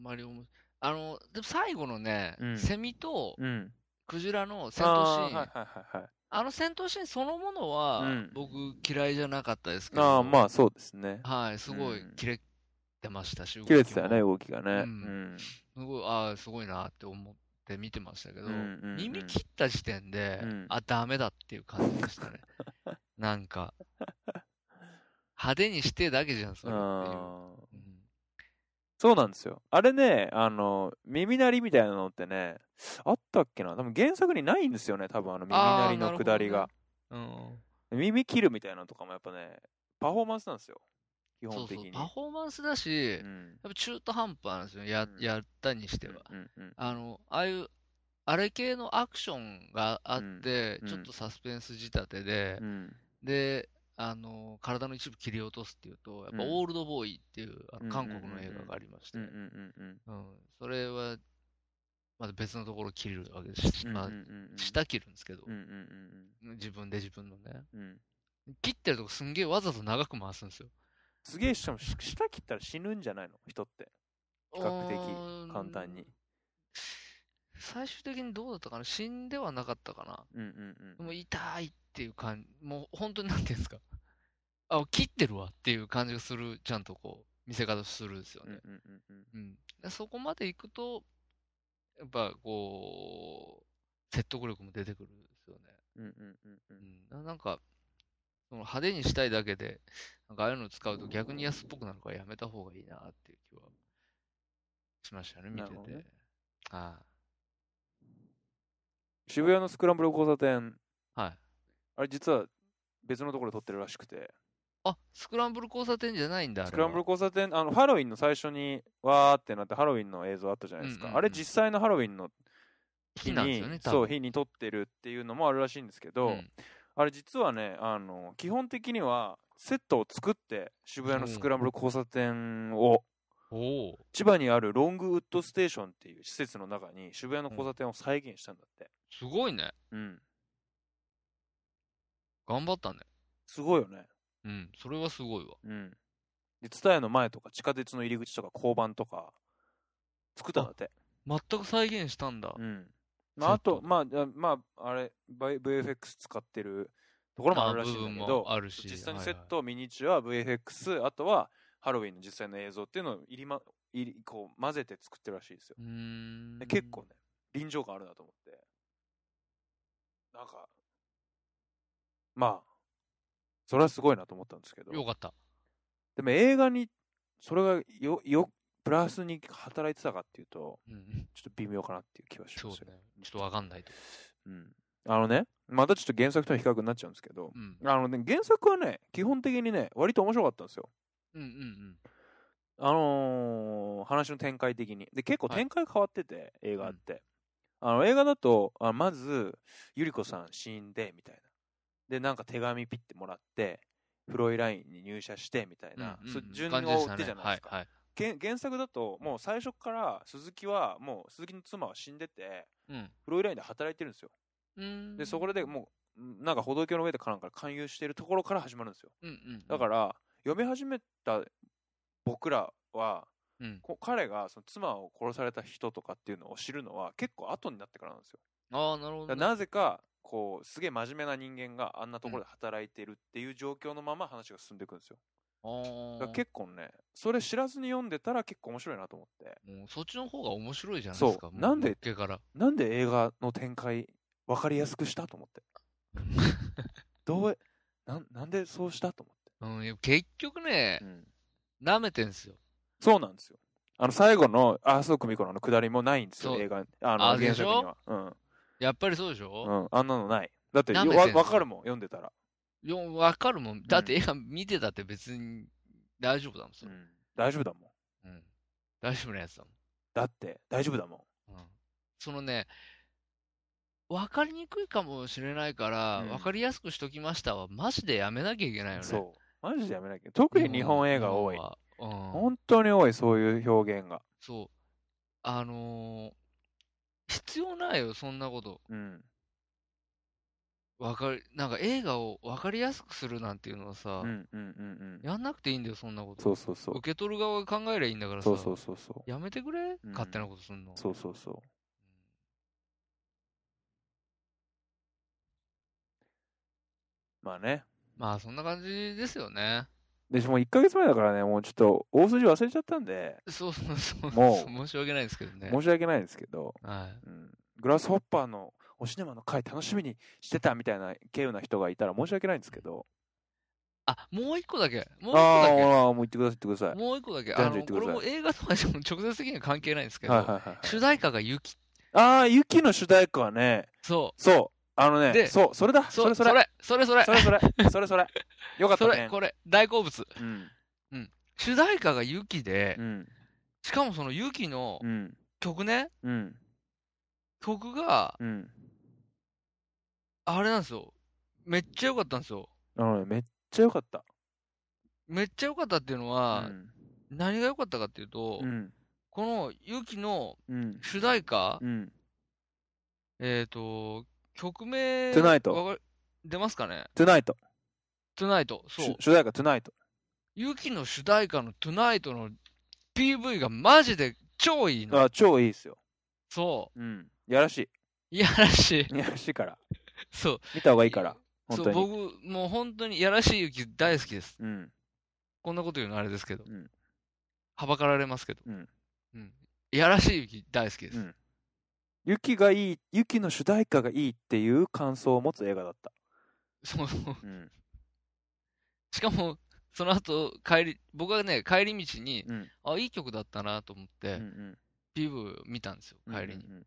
C: まり思い、あの、でも最後のね、
B: うん
C: セミと
B: うん。
C: クジラの戦闘シー
B: あ
C: ン、
B: ーはいはいはいはい。
C: あの戦闘シーンそのものは、
B: うん
C: 僕嫌いじゃなかったですけど、
B: ああ、まあそうですね。
C: はい、すごい
B: うん
C: 切れてましたし、
B: 切れてたよね、
C: 動きも
B: 動きがね。う
C: うん
B: ん。
C: すごい、ああ、すごいなって思って見てましたけど、
B: うんうんうん
C: 耳切った時点で、
B: うん
C: あ、ダメだっていう感じでした ね。なんか、派手にしてだけじゃん、それっていう。
B: あー
C: うん
B: そうなんですよ。あれね、あの、耳鳴りみたいなのってね、あったっけな多分原作にないんですよね、多分あの耳鳴り
C: あーな
B: の
C: る
B: く
C: ほどね
B: だりが。
C: うん
B: 耳切るみたいなのとかもやっぱね、パフォーマンスなんですよ。基
C: そう
B: 本
C: そ
B: 的
C: う
B: に。、
C: パフォーマンスだし、やっ
B: うん
C: ぱ中途半端なんですよ、や
B: うん
C: やったにしては。
B: うんうん
C: あの、ああいう、あれ系のアクションがあって、
B: うん
C: ちょっとサスペンス仕立てで
B: う、ん
C: で、あの、体の一部切り落とすっていうと、やっぱ
B: うん
C: オールドボーイっていう、あ
B: うん
C: の韓国の映画がありまして、
B: う
C: うん、
B: うんんうんうん
C: それは、また別のところ切るわけですし、
B: うん
C: ま
B: う
C: あ
B: ん、うんうん
C: 下切るんですけど
B: う、んうん
C: 自分で自分のね。
B: うんうん
C: 切ってるとこすんげえわざと長く回すんですよ。
B: すげえ、しかもし下切ったら死ぬんじゃないの人って。比較的
C: 的
B: 簡単に。
C: 最終的にどうだったかな死んではなかったかな
B: うんうんうん。
C: もう痛いっていう感じ、もう本当になんていうんですか。あ、切ってるわっていう感じがする、ちゃんとこう、見せ方するんですよ
B: うんう
C: ね
B: ん。うんうん
C: うん。でそこまで行くと、やっぱこう、説得力も出てくるんですよね。
B: うんうんうんうん
C: うん。ななんか、その派手にしたいだけで、なんかああいうの使うと逆に安っぽくなるからやめた方がいいなっていう気はしましたね、見
B: な
C: て
B: るほど
C: て。
B: ね
C: は
B: 渋谷のスクランブル交差点、
C: い。はい。
B: あれ実は別のところで撮ってるらしくて、
C: あ、スクランブル交差点じゃないんだ、あれ
B: スクラン
C: は
B: ブル交差点、あのハロウィンの最初にわーってなってハロウィンの映像あったじゃないです
C: うんうん
B: か。
C: うん
B: あれ実際のハロウィンの日
C: 日なんです
B: に
C: よね、多
B: そう
C: 分
B: 日に撮ってるっていうのもあるらしいんですけど、
C: うん
B: あれ実はね、あの基本的にはセットを作って渋谷のスクランブル交差点を
C: おお、
B: 千葉にあるロングウッドステーションっていう施設の中に渋谷の交差点を再現したんだって。
C: すごいね。
B: うん。
C: 頑張ったね。
B: すごいよね。
C: うん、それはすごいわ。
B: うん。で、ツタヤの前とか地下鉄の入り口とか交番とか作ったんだって。
C: 全く再現したんだ。
B: うん。まあ、あと、まあ、あまあ、あれ、バイ VFX 使ってるところもあるらしいんだけ
C: あ部分
B: ど、
C: もあるし
B: 実際にセット、ミニチュア、VFX、あとはハロウィンの実際の映像っていうのを入り、ま、入りこう混ぜて作ってるらしいですよ。
C: うーん
B: で結構ね、臨場感あるなと思って。なんか、まあ、それはすごいなと思ったんですけど。
C: よかった。
B: でも映画に、それがよ、よ、プラスに働いてたかっていうと、
C: うん、
B: ちょっと微妙かなっていう気はし
C: そ
B: ま
C: うね
B: すよ。。
C: ちょっとわかんないと。
B: うん。あのね、またちょっと原作との比較になっちゃうんですけど、
C: うん。
B: あのね、原作はね、基本的にね、割と面白かったんですよ。
C: うんうん
B: あのー話の展開的に。で、結構
C: はい
B: 展開変わってて、映画って。あの、映画だと、あまず、ゆり子さん死んで、みたいな。で、なんか手紙ピッてもらって、フロイラインに入社して、みたい
C: うん。
B: な、
C: うん
B: そう
C: うん
B: 順を
C: 感でし
B: 追
C: た
B: って
C: ね
B: じゃないですか。
C: はい、はい。
B: 原原作だともう最初から鈴木はもう鈴木の妻は死んでて
C: うん。
B: フロイラインで働いてるんですよ
C: うーん
B: でそこでもうんなんか歩道橋の上でかなんか勧誘してるところから始まるんですよ
C: うんうんうん、
B: だから読み始めた僕らは
C: うん、
B: こ彼がその妻を殺された人とかっていうのを知るのは結構後になってからなんですよ
C: ああ、なるほ
B: だか
C: ど、
B: ら
C: ね。
B: なぜかこうすげえ真面目な人間があんなところで働いてるっていう状況のまま話が進んでいくんですよ
C: あー
B: だから結構ねそれ知らずに読んでたら結構面白いなと思って
C: もうそっちの方が面白いじゃないですか。
B: そう
C: も
B: なんで
C: のっけから。
B: なんで映画の展開分かりやすくしたと思 って。どうえなんなんでそうしたと思っ
C: うん、いや結局ね
B: て、、
C: 舐めてんすよ。
B: そうなんですよ。あの最後の麻生久美子のあの下りもないんですよ、
C: そう
B: 映画あの
C: あ
B: 原
C: でし
B: 作に
C: ょ
B: は、うん
C: やっぱりそうでしょ、
B: うん。あんなのない。だってよ
C: 舐めてん
B: わ
C: すよ
B: 分かるもん、読んでたら。
C: いやわかるもん。だって映画見てたって別に大丈夫だもん、それ。
B: 大丈夫だもん。
C: うん。大丈夫なやつだもん。
B: だって大丈夫だもん。
C: うんそのね、分かりにくいかもしれないから、
B: うん
C: 分かりやすくしときましたは、マジでやめなきゃいけないよね。
B: そう。マジでやめなきゃ。特に日本映画多い
C: 日。本はうん。
B: 本当に多い、そういう表現が。
C: そう。あのー必要ないよ、そんなこと。
B: うん。
C: わかる、なんか映画をわかりやすくするなんていうのはさ
B: う、んうんうんうん。
C: やんなくていいんだよ、そんなこと。
B: そうそうそう。
C: 受け取る側が考えりゃいいんだからさ
B: そう、そうそうそう。
C: やめてくれ、
B: うん
C: 勝手なことすんの。
B: そうそうそう。まあね。
C: まあ、そんな感じですよね。
B: で、もう1ヶ月前だからね、もうちょっと大筋忘れちゃったんで、
C: そうそうそう。
B: もう
C: 申し訳ないですけどね。
B: 申し訳ないんですけど、
C: はい。
B: うん、グラスホッパーのおシネマの回楽しみにしてたみたいな、稀有な人がいたら申し訳ないんですけど、
C: あ、もう一個だけ。もう一個
B: あ
C: だ
B: あ
C: け。
B: ー、もう言ってください、言ってくださ
C: もう一個だけ。
B: ジャ
C: あ
B: ンル言
C: の、
B: って
C: こ
B: くだ
C: れ
B: さい
C: も映画とは直接的には関係ないんですけ
B: い。はいはい
C: ど、
B: はいはい。
C: 主題歌が雪。
B: ああ、雪の主題歌はね、
C: そ
B: そう、あのね、
C: で
B: そう、それだ、
C: う。
B: そ
C: そ
B: れ
C: れ
B: そ
C: そ
B: れ、
C: れ、それそれ
B: そ、れそれ、それそれ、よかった
C: それ、
B: ね。
C: これ、大好物。
B: うん、
C: 主題歌が雪で
B: う、ん、
C: しかもその雪の
B: うん、
C: 曲ね、
B: うん、
C: 曲が、
B: うん。
C: あれなんですよ。めっちゃ良かったんですよ。
B: あのね、めっちゃよかった。
C: めっちゃ良かったっていうのは
B: う、ん
C: 何が良かったかっていうと
B: う、ん、
C: この雪の
B: うん、
C: 主題歌
B: う、ん。
C: えっと、曲名、
B: トゥナイト
C: わか出ますかね
B: トゥナイト、
C: トゥナイト。そう
B: 主。主題歌トゥナイト。
C: ユキの主題歌のトゥナイトの PV がマジで超いいの。
B: あ超いいっすよ。
C: そ
B: うん。やらし
C: う。いやらしい。
B: い。や らしいから。
C: そう。
B: 見た方がいいから。本
C: そ
B: 当
C: う、
B: に。
C: 僕、もう本当にいやらしいユキ大好きです。
B: うん。
C: こんなこと言うのあれですけど。
B: うん
C: はばかられますけど。
B: うん
C: うんいやらしいユキ大好きです。
B: うん雪がいい、雪の主題歌がいいっていう感想を持つ映画だった。
C: そう。
B: うん。
C: しかも、その後、帰り、僕はね、帰り道に、
B: うん。
C: あ、いい曲だったなと思っ
B: う
C: て、
B: ん。
C: PV 見たんですよ、
B: うん
C: 帰りに。
B: うん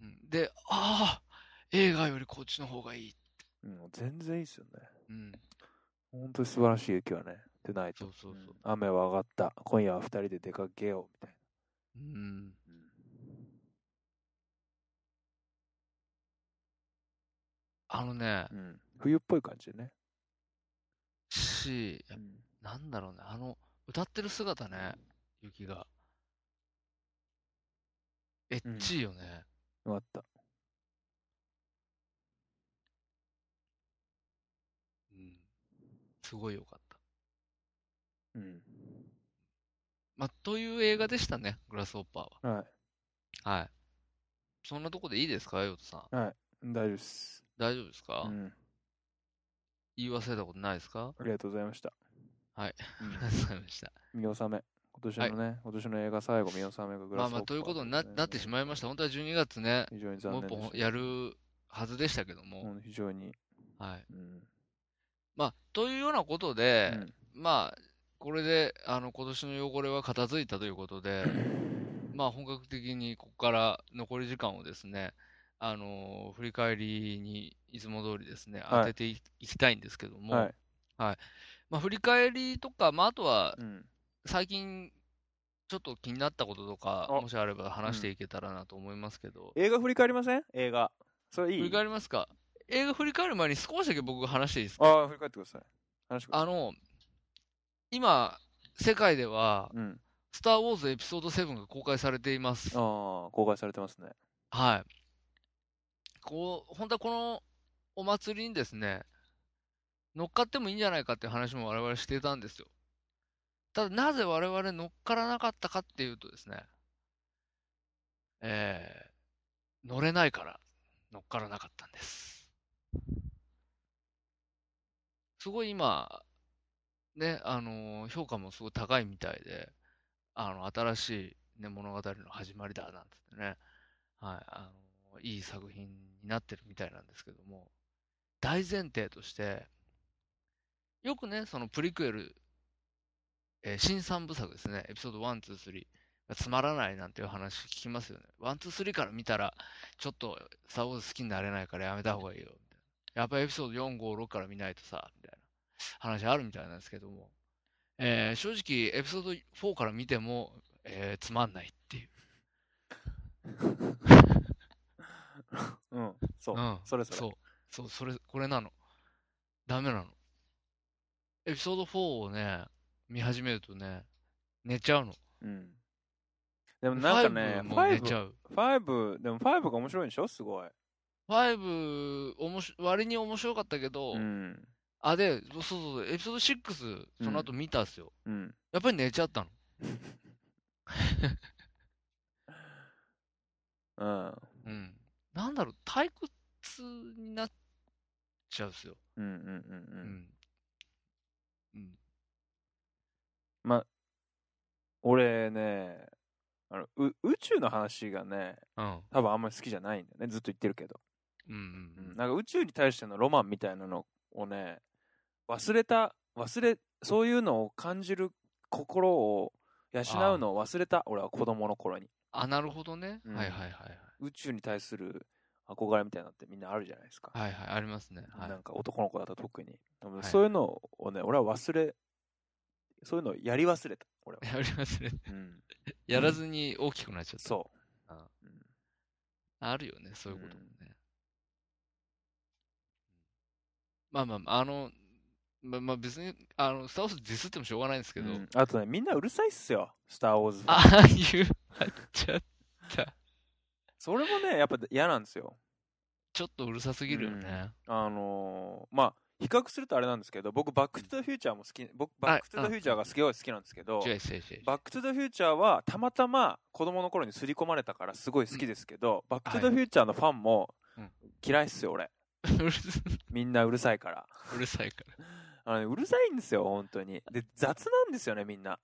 C: うんで、ああ、映画よりこっちの方がいい。
B: うん。うん全然いいっすよね。
C: うん。
B: 本当に素晴らしい雪はね。トゥナイ
C: そ
B: ト
C: う。そうそう。
B: 雨は上がった。今夜は二人で出かけよう。みたいな。
C: うん。あのね、
B: うん。冬っぽい感じでね。
C: し、やっ
B: うん
C: ぱなんだろうね、あの、歌ってる姿ね、ゆきが。エッチいよね。
B: よかった。
C: うん。すごいよかった。
B: うん。
C: まあ、という映画でしたね、グラスホッパー
B: はい。
C: は。はい。そんなとこでいいですか、ヨトさん。
B: 大丈夫です。
C: 大丈夫ですか、
B: うん。
C: 言い忘れたことないで すか
B: ありがとうございました。
C: はい。
B: う
C: あり
B: ん
C: がとうございました。
B: 見納め。今年のね、今年の映画最後、見納めがグ
C: ま
B: ラ
C: あ
B: ス
C: まあ、
B: ホッパ
C: と
B: ー
C: いうことにななってしまいました。本当は12月ね、
B: 非常に
C: も
B: 残
C: う
B: 念でし
C: 一本
B: た。
C: やるはずでしたけども。
B: うん、非常に。
C: はい。
B: うん。
C: まあ、というようなことで、
B: うん
C: まあ、これで、あの、今年の汚れは片付いたというこ とで、まあ、本格的にここから残り時間をですね、あの振り返りにいつも通りですね、
B: はい
C: 当てていいきたいんですけども、
B: はい。
C: まあ、振り返りとか、まあ、あとは
B: うん。
C: 最近、ちょっと気になったこととか、
B: あ
C: もしあれば話していけたらなと思いますけど、
B: 映画振り返りません映画。それいい
C: 振り返りますか映画振り返る前に少しだけ僕話していいですか
B: ああ、振り返ってください。話してくだ
C: あ
B: さい。
C: の、今、世界では、
B: うん。
C: スター・ウォーズエピソード7が公開されています。
B: ああ、公開されてますね。
C: はい。こう、本当はこのお祭りにですね、乗っかってもいいんじゃないかっていう話も我々してたんですよ。ただ、なぜ我々乗っからなかったかっていうとですね、えー、乗れないから乗っからなかったんです。すごい今、ね、あのー評価もすごい高いみたいで、あの、新しい、ね、物語の始まりだなんつってね、はい、あの、いい作品になってるみたいなんですけども、大前提として、よくね、そのプリクエル、えー新三部作ですね、エピソード1、2、3がつまらないなんていう話聞きますよね。1、2、3から見たら、ちょっと、スター・ウォーズ好きになれないからやめた方がいいよ、みたいな。やっぱエピソード4、5、6から見ないとさ、みたいな話あるみたいなんですけども、えー正直、エピソード4から見ても、えーつまんないっていう。
B: うん。そう
C: うん。。
B: それそれ。
C: そう。そう、それ、これなの。ダメなの。エピソード4をね、見始めるとね、寝ちゃうの。
B: うん。でもなんかね、
C: 5も寝ち
B: 5、
C: ゃう。
B: 5、でも5が面白いんでしょすごい。
C: 5、おもし割に面白かったけど、
B: うん。
C: あ、で、そうそうそう、エピソード6、その後見たんですよ。
B: うん。
C: やっぱり寝ちゃったの。
B: うん。
C: うん。なんだろう、退屈になっちゃうんですよ。
B: うん。うん。うん
C: う
B: うん。
C: ん。うん。
B: 俺ね、あのう宇宙の話がね、
C: うん。
B: 多分あんまり好きじゃないんだよね。ずっと言ってるけど。
C: うん。
B: うんなんか宇宙に対してのロマンみたいなのをね、忘れた、忘れ、そういうのを感じる心を養うのを忘れた、俺は子供の頃に。
C: あ、なるほどね。
B: うん
C: はいはいはいはい。
B: 宇宙に対する憧れみたいなのってみんなあるじゃないですか。
C: はいはい、ありますね。はい。
B: なんか男の子だと特に。でも
C: い
B: そういうのをね、俺は忘れ、そういうのをやり忘れた、俺 は。
C: やりますね。
B: うん、
C: やらずに大きくなっちゃった。
B: そう。
C: あるよね、そういうこともね。まあまあまあ、あの、まあまあ別に、あの、スター・ウォーズディスってもしょうがないんですけど、
B: うんあとね、みんなうるさいっすよ、スター・ウォーズ。
C: ああいう、あっちゃった。
B: それもね、やっぱ嫌なんですよ。
C: ちょっとうるさすぎるよね。
B: あのーまあ、比較するとあれなんですけど、僕、バック・トゥ・フューチャーも好き、僕、バック・トゥ・フューチャーがすごい好きなんですけど、
C: 違う違う違う。
B: バック・トゥ・ザ・フューチャーはたまたま子供の頃に刷り込まれたからすごい好きですけど、バック・トゥ・ザ・フューチャーのファンも
C: うん
B: 嫌いっすよ、俺。
C: うるさ
B: みんなうるさいから。
C: うるさいから。
B: あのねうるさいんですよ、本当に。で、雑なんですよね、みんな。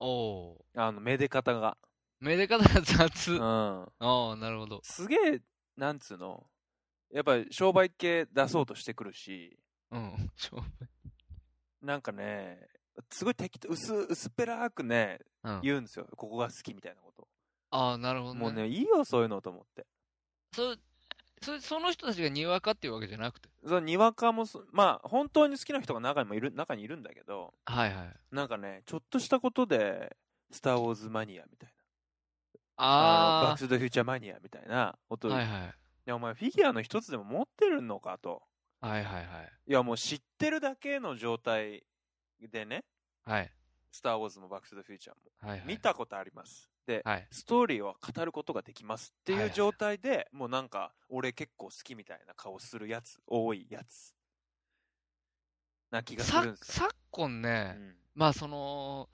C: おお
B: あの、めで方が。
C: ー。めで方が雑。
B: う
C: あ
B: ん。
C: あ、なるほど。
B: すげえ、なんつうの。やっぱり商売系出そうとしてくるし、
C: うん。しょ
B: なんかね、すごい適当、薄、薄っぺらーくね、
C: うん、あ
B: 言うんですよ。ここが好きみたいなこと。
C: あ、なるほどね。
B: もうね、いいよ、そういうのと思って。
C: そそ、その人たちがにわかっていうわけじゃなくて。
B: そのにわかもそ、まあ、本当に好きな人が中にもいる、中にいるんだけど、
C: はいはい。
B: なんかね、ちょっとしたことで、スター・ウォーズマニアみたいな。のバッ
C: あ
B: ク・トゥ・ザ・フューチャーマニアみたいなこと
C: あ、
B: を、
C: はい
B: い
C: はい。
B: や、お前、フィギュアの一つでも持ってるのかと。
C: はいはいはい。
B: いや、もう知ってるだけの状態でね、
C: はい。
B: スター・ウォーズもバック・トゥ・ザ・フューチャーも、
C: はい、はい。
B: 見たことあります。で、
C: はい。
B: ストーリーを語ることができますって
C: はい
B: い
C: は
B: う
C: い
B: 状態で、もうなんか、俺結構好きみたいな顔するやつ、多いやつ。な気がす
C: さ
B: るんですよ。
C: 昨今ね、
B: うん
C: まあその、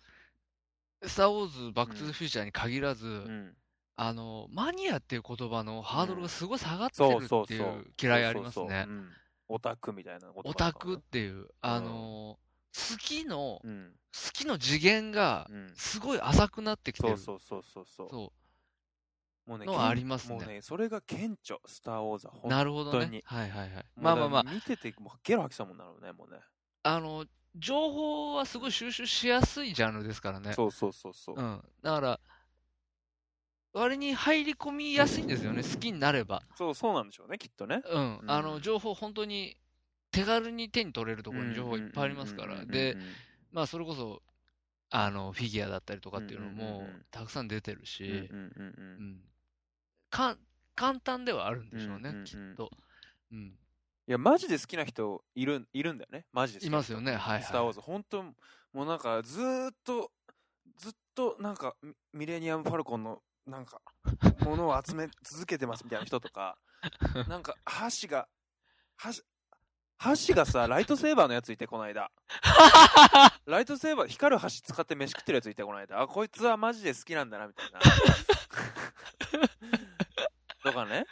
C: スター・ウォーズ、バック・トゥ・
B: う
C: ザ・
B: ん
C: フューチャーに限らず、
B: うん
C: あの、マニアっていう言葉のハードルがすごい下がって
B: そ
C: る
B: うそう
C: って
B: そ
C: いうう嫌いあります
B: そうそう
C: ね
B: そう。うんオタクみたいなこと
C: オタクっていう、あの、好きの、好
B: うん
C: きの次元が
B: うん
C: すごい浅くなってきて
B: そ
C: る。
B: うそうそうそうそう
C: そ
B: もうね
C: のはありますね
B: もうねそれが顕著スター・ウォーズは
C: う。
B: ほん
C: なるほど
B: 本当
C: ね
B: に。
C: はいはいはい。
B: も
C: ま
B: う
C: あ
B: ね
C: まあまあ、
B: 見ててもうゲロ吐きそうになるねもうね
C: あの、情報はすごい収集しやすいジャンルですからね。
B: そうそうそうそう
C: うん。だから、割に入り込みやすいんですよね、好きになれば。
B: そうそうなんでしょうねきっとね
C: うん
B: う、ん
C: あの、情報本当に手軽に手に取れるところに情報がいっぱいありますか
B: うんうん
C: ら。
B: うん
C: で
B: う、ん
C: まあそれこそ、あの、フィギュアだったりとかっていうの
B: うん
C: も
B: うんうんうん
C: たくさん出てるし、
B: うんうんう
C: うん
B: うんい
C: ん。かん、簡単ではあるんでしょう
B: うんうんう
C: ね
B: ん、
C: きっと。うん。
B: やマジで好きな人いるいるんだよねマジで好き
C: い
B: な
C: ま
B: 人
C: すよね、はい
B: スター・ウォ
C: は
B: ーズ、本当、もうなんか、ずーっと、ずっと、なんか、ミミレニアム・ファルコンの、なんか、ものを集 め続けてますみたいな人とか、なんか、箸が、箸、箸がさ、ライトセーバーのやついて、この間。ライトセーバー、光る箸使って飯食ってるやついて、この間。あ、こいつはマジで好きなんだな、み たいな。とかね、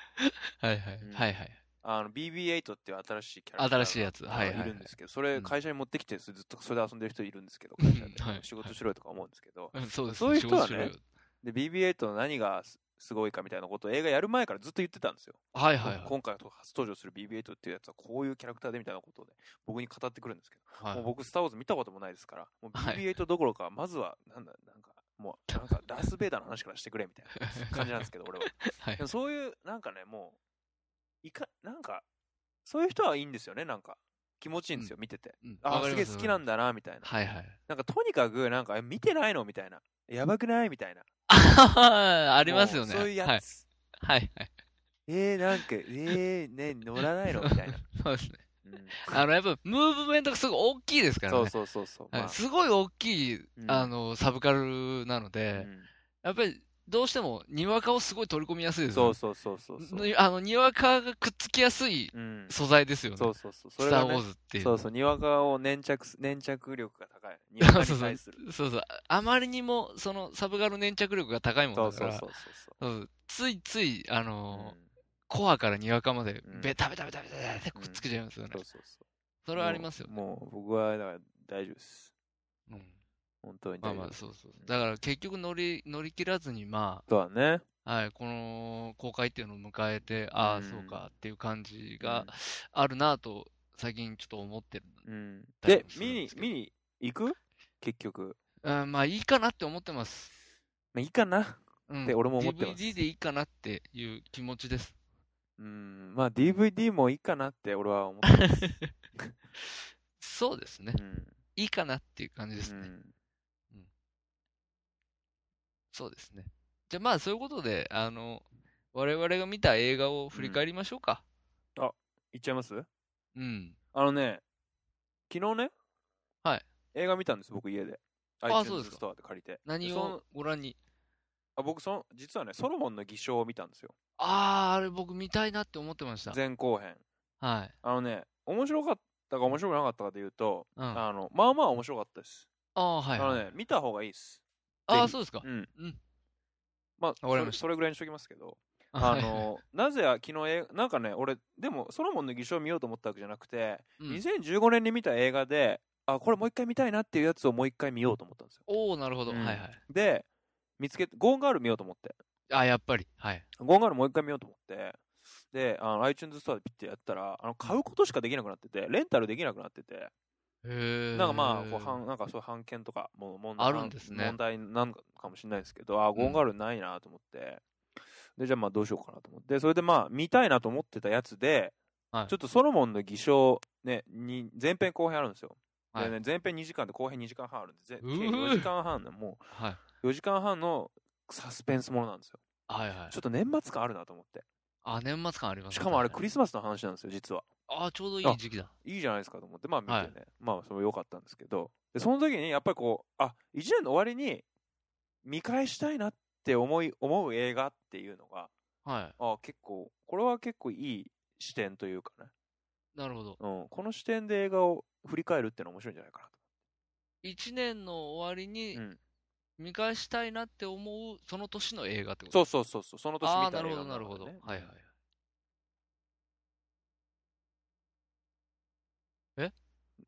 C: い。 はいはい。
B: うん
C: はいはい。
B: あの、BB-8 っていう新しいキャラクターが
C: 新しいやつはいはいはい
B: いるんですけど、それ
C: うん
B: 会社に持ってきて、ずっとそれで遊んでる人いるんですけど、
C: うん
B: 会社で
C: はい
B: 仕事しろよとか思うんですけど、
C: うんそうです
B: そういう人はね
C: 仕事しろ
B: で、
C: よ
B: BB-8 の何がすすごいかみたいなことを映画やる前からずっと言ってたんですよ。
C: はいはいはい。
B: 今回初登場する BB-8 っていうやつはこういうキャラクターでみたいなことをね、僕に語ってくるんですけど、
C: はい
B: もう僕、スター・ウォーズ見たこともないですから、もう
C: はい
B: BB-8 どころか、まずは、なんだ、なんか、もう、なんか、ダース・ベイダーの話からしてくれみたいな感じなんですけど、俺は。
C: はい
B: でもそういう、なんかね、もう、いか、なんか、そういう人はいいんですよね、なんか。気持ちいいんですよ、見てて。
C: うんわ
B: ああ、
C: かり
B: す
C: ま
B: げえ
C: す
B: 好きなんだな、みたいな。
C: はいはい。
B: なんか、とにかく、なんか、え見てないのみたいな。やばくないみたいな。
C: あ りますよね。
B: もうそういう
C: は
B: や
C: い
B: つ。
C: はいはい。
B: えー、なんか、えー、ね、乗らないのみたいな。
C: そうですね。
B: うん
C: あの、やっぱ、ムーブメントがすごい大きいですからね。
B: そうそうそうそう。
C: はい
B: まあ
C: すごい大きい、
B: うん
C: あの、サブカルなので、
B: うん
C: やっぱりどうしても、にわかをすごい取り込みやすいです
B: そう
C: よ
B: そうそうそうそう。
C: ね。あの、にわかがくっつきやすい
B: うん。
C: 素材ですよね。
B: そうそうそう。そ
C: ス
B: れ
C: ター・
B: が
C: ウォー
B: ね、
C: ズっていうの
B: そ
C: は。
B: うそう、にわかを粘着す、粘着力が高い。にわかに対する。
C: そうそう。あまりにも、その、サブガル粘着力が高いも
B: そ
C: の
B: う
C: だか
B: そう
C: ら、
B: そうそうそう。
C: そうついつい、あのー
B: うん
C: コアからにわかまで
B: う、ん
C: ベタベタベタベタベタってくっつけちゃいますよね
B: そう。そうそう。
C: それはありますよね。
B: もうもう僕はだから大丈夫です。
C: うん
B: 本当に
C: まあ
B: 大
C: ま
B: 丈
C: あ、
B: 夫。
C: そうそう。だから結局乗り、乗り切らずに、ま
B: そうだね。
C: あ、はい、この公開っていうのを迎えて、あ
B: う
C: あ、
B: ん
C: そうかっていう感じがあるなと、最近ちょっと思ってる。
B: うん。
C: 大
B: で
C: 丈夫で、す
B: 見に、見に行く結局。
C: うん、まあいいかなって思ってます。
B: まあいいかな。
C: うん。
B: で俺も思ってます
C: DVD でいいかなっていう気持ちです。
B: うん。まあ DVD もいいかなって俺は思っ てます。
C: そうですね
B: う。ん。
C: いいかなっていう感じです
B: う
C: ね。
B: ん
C: そうですね。じゃあまあそういうことで、あの、我々が見た映画を振り返りましょうか。
B: 行っちゃいます
C: うん。
B: あのね、昨日ね、
C: はい。
B: 映画見たんです、僕家で。
C: あ
B: iTunes
C: そうですか
B: ストアで借りて。
C: 何
B: でその
C: をご覧に。
B: あ僕その、実はね、ソロモンの偽証を見たんですよ。
C: ああ、あれ僕見たいなって思ってました。
B: 前後編。
C: はい。
B: あのね、面白かったか面白くなかったかで言うと、
C: うん。あ
B: あの、まあまあ面白かったです。
C: あ、はい、
B: あの
C: はい。
B: ね、見た方がいいです。
C: あ
B: ぜ
C: あ、
B: ひ
C: そうですか。
B: うん。
C: うん
B: まあ、そ
C: わかりま
B: れ
C: した
B: それぐらいにしときますけど、
C: は
B: あ
C: い
B: の、なぜ昨日映画、なんかね、俺、でも、ソロモンの偽証を見ようと思ったわけじゃなくて、
C: うん、
B: 2015年に見た映画で、あ、これもう一回見たいなっていうやつをもう一回見ようと思ったんですよ。
C: おお、なるほど。
B: うん
C: はいはい。
B: で、見つけて、ゴーンガール見ようと思って。
C: あやっぱり。はい。
B: ゴーンガールもう一回見ようと思って、で、あの iTunes ストアでピッてやったら、あの買うことしかできなくなってて、レンタルできなくなってて、
C: へえ。
B: なんかまあ、こうはんなんかそういう判件とかも問題
C: あるんですね
B: 問題なんかかもしれないですけど、あー、ゴーンガールないなと思って、で、じゃあまあどうしようかなと思って、それでまあ見たいなと思ってたやつで、
C: はい
B: ちょっとソロモンの偽証、ね、に前編後編あるんですよ。
C: はい
B: でね、前編2時間で後編2時間半あるんで、ぜ計
C: うー
B: 4時間半の、も
C: はい。
B: う4時間半のサスペンスものなんですよ。
C: はいはい
B: ちょ。っと年末感あるなと思って。
C: あ、年末感あります
B: し
C: ね
B: かもあれ
C: 確
B: ク
C: に
B: リスマスの話なんですよ、実は。
C: ああ、ちょうどいい時期だ。
B: いいじゃないですかと思って、まあ見てね、
C: はい
B: まあそれも良かったんですけど、でその時にやっぱりこう、あ、1年の終わりに見返したいなって思い、思う映画っていうのが、
C: は
B: あ結構、これは結構いい視点というかね、
C: い。なるほど。
B: うん、この視点で映画を振り返るってのは面白いんじゃないかなと。
C: 一年の終わりに
B: うん
C: 見返したいなって思う、その年の映画ってこと
B: そううそうそうそう、その年
C: ああ
B: 見
C: ー、
B: た
C: な
B: 映
C: る
B: 画
C: ほ
B: の
C: ど、
B: 中でね
C: なるほど。はいはい。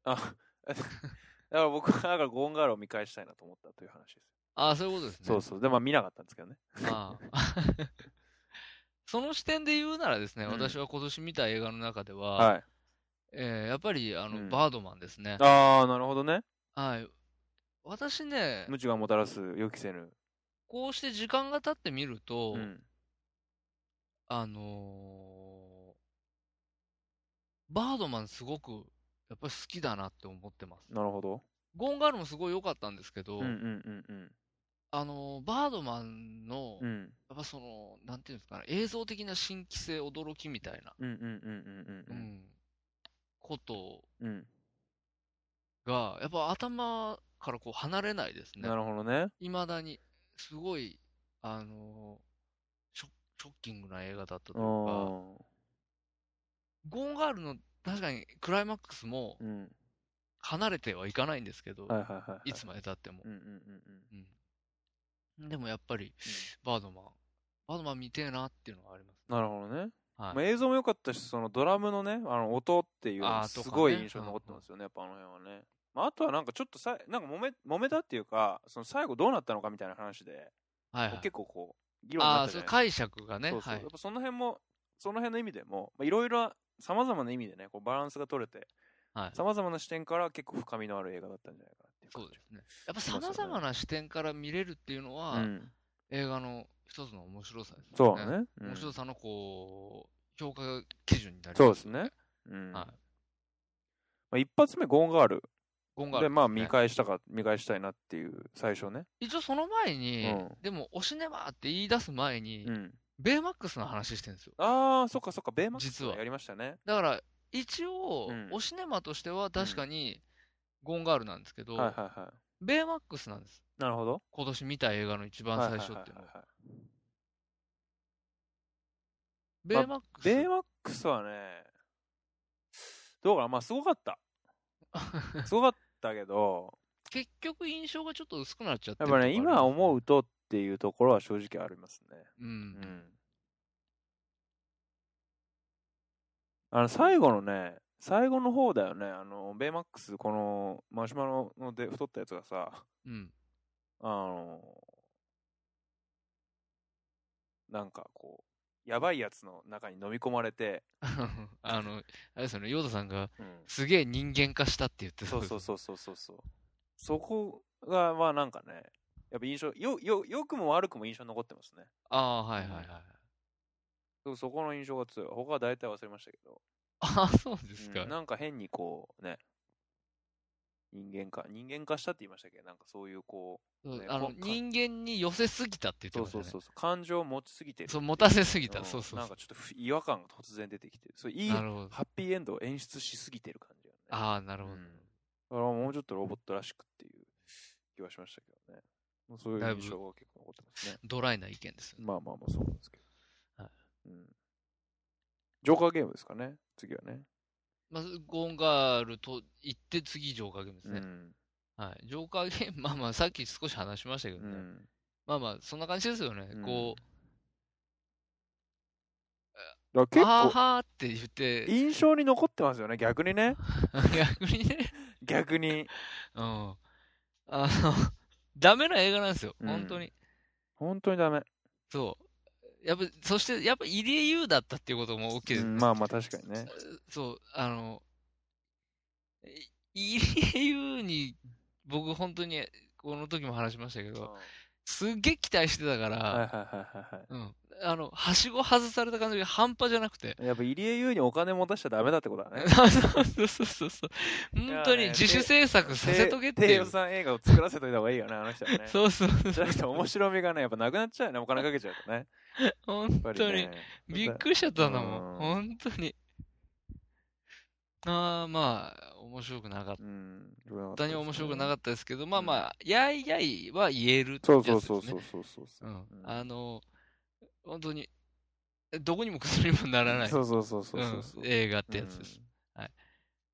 B: あ、 だから僕はだからゴーンガールを見返したいなと思ったという話です。
C: ああ、そういうことですね。
B: そうそう。で、まあ見なかったんですけどね。
C: ああ その視点で言うならですね、
B: うん
C: 私は今年見た映画の中では、
B: はい。
C: えーやっぱりあの、
B: うん
C: バードマンですね。
B: ああ、なるほどね。
C: はい。私ね、
B: 無知がもたらす予期せぬ。
C: こうして時間が経ってみると、
B: うん。
C: あのーバードマンすごくやっぱり好きだなって思ってます。
B: なるほど。
C: ゴーンガールもすごい良かったんですけど、
B: うんうんうんうん。
C: あのーバードマンの、
B: う
C: や
B: ん
C: っぱその、なんていうんですかね、映像的な新規性、驚きみたいな、
B: うんうんうん
C: う
B: うん
C: ん、こと
B: うんうん。
C: が、やっぱ頭からこう離れないですね
B: な。るほどね。
C: いまだに、すごい、あのーショ、ショッキングな映画だったとい
B: う
C: うか、
B: ん
C: ゴーンガールの確かにクライマックスも
B: うん。
C: 離れてはいかないんですけど、
B: はいはいはいはい。
C: いつまでたっても
B: う。んうんうん
C: うんでもやっぱり、バードマン、バードマン見てえなっていうのはあります。
B: うん。なるほどね。
C: はい。
B: まあ映像も良かったし、そのドラムのね、あの音っていうのが
C: あー
B: す
C: とかね
B: ごい印象に残ってますよね、やっぱあの辺はね。まああとはなんかちょっとさい、なんか揉め、揉めたっていうか、その最後どうなったのかみたいな話で、
C: はいはい
B: 結構こう、議論に
C: あ
B: な
C: あ、
B: ったじ
C: そ
B: ゃ
C: う、
B: ないですか。
C: 解釈がね、
B: そうそう
C: はい
B: やっ。ぱその辺も、その辺の意味でも、まあいろいろな、さまざまな意味でね、こうバランスが取れて、
C: はい。
B: さまざまな視点から結構深みのある映画だったんじゃないかなっていう
C: そう
B: 感
C: で
B: じ
C: すね。やっぱ
B: しますよね
C: 様々な視点から見れるっていうのは、
B: うん、
C: 映画の一つの面白さですね。
B: そうだね。うん
C: 面白さのこう、評価基準になり
B: そう
C: ま
B: です
C: すよね
B: ね。。うん
C: はい
B: まあ、一発目、ゴーンガール。
C: ゴーンガール
B: で、まあ、
C: すね
B: 見返したか、見返したいなっていう、最初ね。
C: 一応その前に、
B: うん
C: でも、おしねばって言い出す前に、
B: うん。
C: ベイマックスの話してるんですよ。
B: ああ、そっかそっか、ベイマックス
C: 実は
B: やりましたね。
C: だから、一応、
B: うん
C: おしねまとしては確かに、ゴーンガールなんですけど、
B: はいはいは
C: ベイマックスなんです。
B: い。なるほど。
C: 今年見た映画の一番最初っていう
B: は
C: のは。
B: いはいはいはい
C: ベイマックス。
B: ベイマックスはね、どうかな、まあすごか った。すごかったけど、
C: 結局印象がちょっと薄くなっちゃって
B: やっ
C: るとこ
B: ぱ
C: あ
B: ね、
C: り
B: 今思うとっていうところは正直ありますね。
C: う。
B: うんん。あの、最後のね、最後の方だよね、あの、ベイマックス、このマシュマロので太ったやつがさ、
C: うん。
B: あの、なんかこう、やばいやつの中に飲み込まれて、
C: あの、あれですよね、ヨーダさんが
B: うん
C: すげえ人間化したって言ってた
B: そうそうそうそうそうそう。そこが、まあなんかね、やっぱ印象、よ、よ、良くも悪くも印象に残ってますね。
C: ああー、はいはいはい。
B: そうそこの印象が強い。他は大体忘れましたけど。
C: ああ、そうです
B: う
C: か
B: ん。なんか変にこう、ね、人間化、人間化したって言いましたっけなんかそういうこ
C: そう
B: ね
C: あの
B: こんか
C: 人間に寄せすぎたって言っ
B: う、
C: て
B: そう
C: ました
B: そうそ
C: ね。
B: うそう、感情を持ちすぎてる。
C: そう持たせすぎ
B: う
C: た。
B: ん
C: そうそう
B: なん
C: そ
B: かちょっとふ違和感が突然出てきてる。そう
C: う。
B: いい、
C: な
B: ハ
C: るほど。
B: ッピーエンドを演出しすぎてる感じよね。
C: ああ、なるほど。
B: うんだからもうちょっとロボットらしくっていう気はしましたけどね。もうそういう印象が結構残ってますね。
C: ドライな意見ですよね。
B: まあまあまあそうなんですけど。
C: はい
B: うん、ジョーカーゲームですかね、次はね。
C: まず、ゴーンガールと言って次、ジョーカーゲームですね。
B: うん
C: はい。ジョーカーゲーム、まあまあ、さっき少し話しましたけど
B: う
C: ね。
B: ん
C: まあまあ、そんな感じですよね。こう、
B: だから
C: あー
B: 結構
C: はーって言って、
B: 印象に残ってますよね、逆にね。
C: 逆にね、
B: 逆に。
C: うん。あの、ダメな映画なんですよ。
B: うん
C: 本当に。
B: 本当にダメ。
C: そう。やっぱ、そして、やっぱ入江優だったっていうことも大きいです
B: う
C: ね
B: んまあまあ確かにね。
C: そう、あの、い入江優に、僕本当に、この時も話しましたけ
B: うん
C: ど、
B: は
C: すっげえ期待してたか
B: いはい
C: ら、
B: はいはいは
C: うん。あの、はしご外された感じが半端じゃなくて。
B: い。やっぱ入江優にお金持たしちゃダメだってことだね。
C: そうそうそうそう。
B: や
C: 本当に自主制作させとけって
B: 低
C: い
B: 予
C: う。
B: 算映画を作らせといた方がいいよね、あの人はね。
C: そうそう
B: じ
C: そ
B: ゃ
C: う
B: な。くて面白みがね、やっぱなくなっちゃうよね、お金かけちゃうとね。やっ
C: 本
B: ぱ
C: 当
B: り
C: に
B: ね。。
C: びっくりしちゃったんだも
B: うん
C: ん。本当に。ああ、まあ、面白くなかった。
B: うん。
C: 本当に面白くなか
B: っ
C: ったですけど、まあまあ、やいやいは言えるって
B: そ
C: や
B: う
C: つです
B: そ
C: ね。
B: うそうそうそうそうそうう。
C: ん
B: う。ん
C: あの、本当に、どこにも薬にもならない。
B: そうそうそうそう
C: う
B: そうんそう。
C: 映画ってやつです。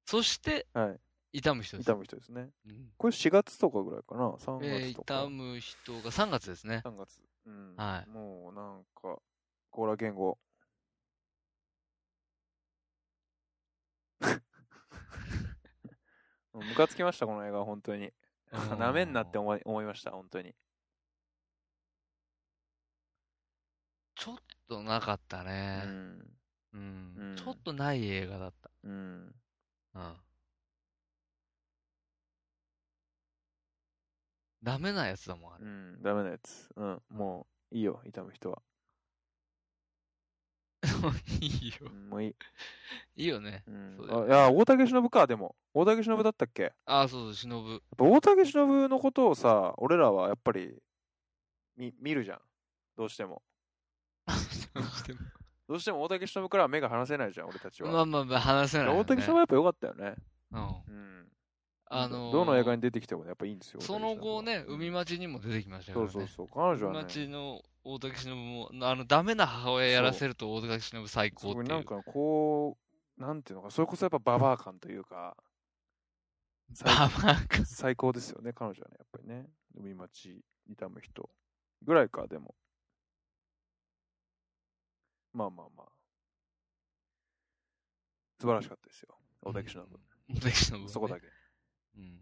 C: そして、
B: うん。はい。
C: 痛む人です
B: 痛。む人ですね。
C: うん
B: これ4月とかぐらいかな ?3
C: えー
B: 月とか。
C: 痛む人が3月ですね。
B: 3月。うん。
C: はい
B: もうなんか、コーラ言 語。もうムカつきました、この映画、本当に。
C: うん
B: なめんなって思い思いました、本当に。
C: ちょっとなかった
B: う
C: ね。
B: ん。
C: うん
B: うん
C: ちょっとない映画だっ
B: うん。
C: た。うん。ダメなやつだもん、あれ
B: うん、ダメなやつ。うん、もういいよ、痛む人は。
C: いいよ
B: う。んもういい。
C: いいよね。
B: うん
C: そうだよ
B: あいや、大竹しのぶか、でも。大竹しのぶだったっけやっ
C: ああ、そうそう、忍。
B: ぱ大竹しのぶのことをさ、俺らはやっぱり見見るじゃん。どうしても。どうしても大竹しのぶからは目が離せないじゃん、俺たちは。
C: まあまあまあ、話せない
B: い
C: よ
B: や
C: ね。
B: 大竹しのぶはやっぱ良かったよね。
C: うん。
B: うん。
C: あのー
B: どの映画に出てきてもねやっぱいいんですよ。
C: その後ね、海
B: ま
C: 町にも出てきましたか
B: そ
C: ら
B: う
C: ね。
B: そうそう。彼女
C: 海
B: は
C: 町
B: ね、
C: の大竹しのぶも、あの、ダメな母親やらせると大竹しのぶ最
B: す
C: 高
B: ご
C: っ
B: い
C: て
B: ない。
C: うん
B: かこう、なんていうのか、それこそやっぱババア感というか、最
C: あまあ
B: 最高ですよね、彼女はね、やっぱりね。海町、痛む人。ぐらいか、でも。まあまあまあ。素晴らしかったですよ。大竹しのぶ。
C: 大竹しのぶはね。
B: そこだけ。
C: うん
B: うん、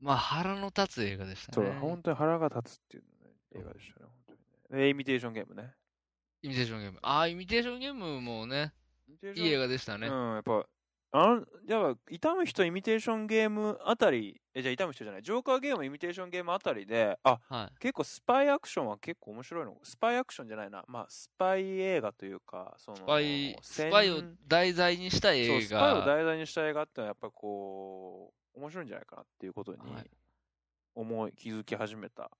C: まあ、腹の立つ映画でした
B: そう、
C: ね。
B: 本当に腹が立つっていうね、映画でしたね、本当にね。でイミテーションゲームね。
C: イミテーションゲーム。ああ、イミテーションゲームもね、いい映画でしたね。
B: うん、やっぱ、あの、やっぱ、痛む人、イミテーションゲームあたり、え、じゃあ痛む人じゃない、ジョーカーゲーム、イミテーションゲームあたりで、あ、
C: は
B: 結構スパイアクションは結構面白いの。スパイアクションじゃないな。まあ、スパイ映画というか、その、
C: い。ス
B: 戦
C: パイ、スパイを題材にした映
B: そ
C: 画。
B: う、スパイを題材にした映画ってのはやっぱこう、面白いんじゃないかなっていうことに
C: はい
B: 思い、気づき始めた。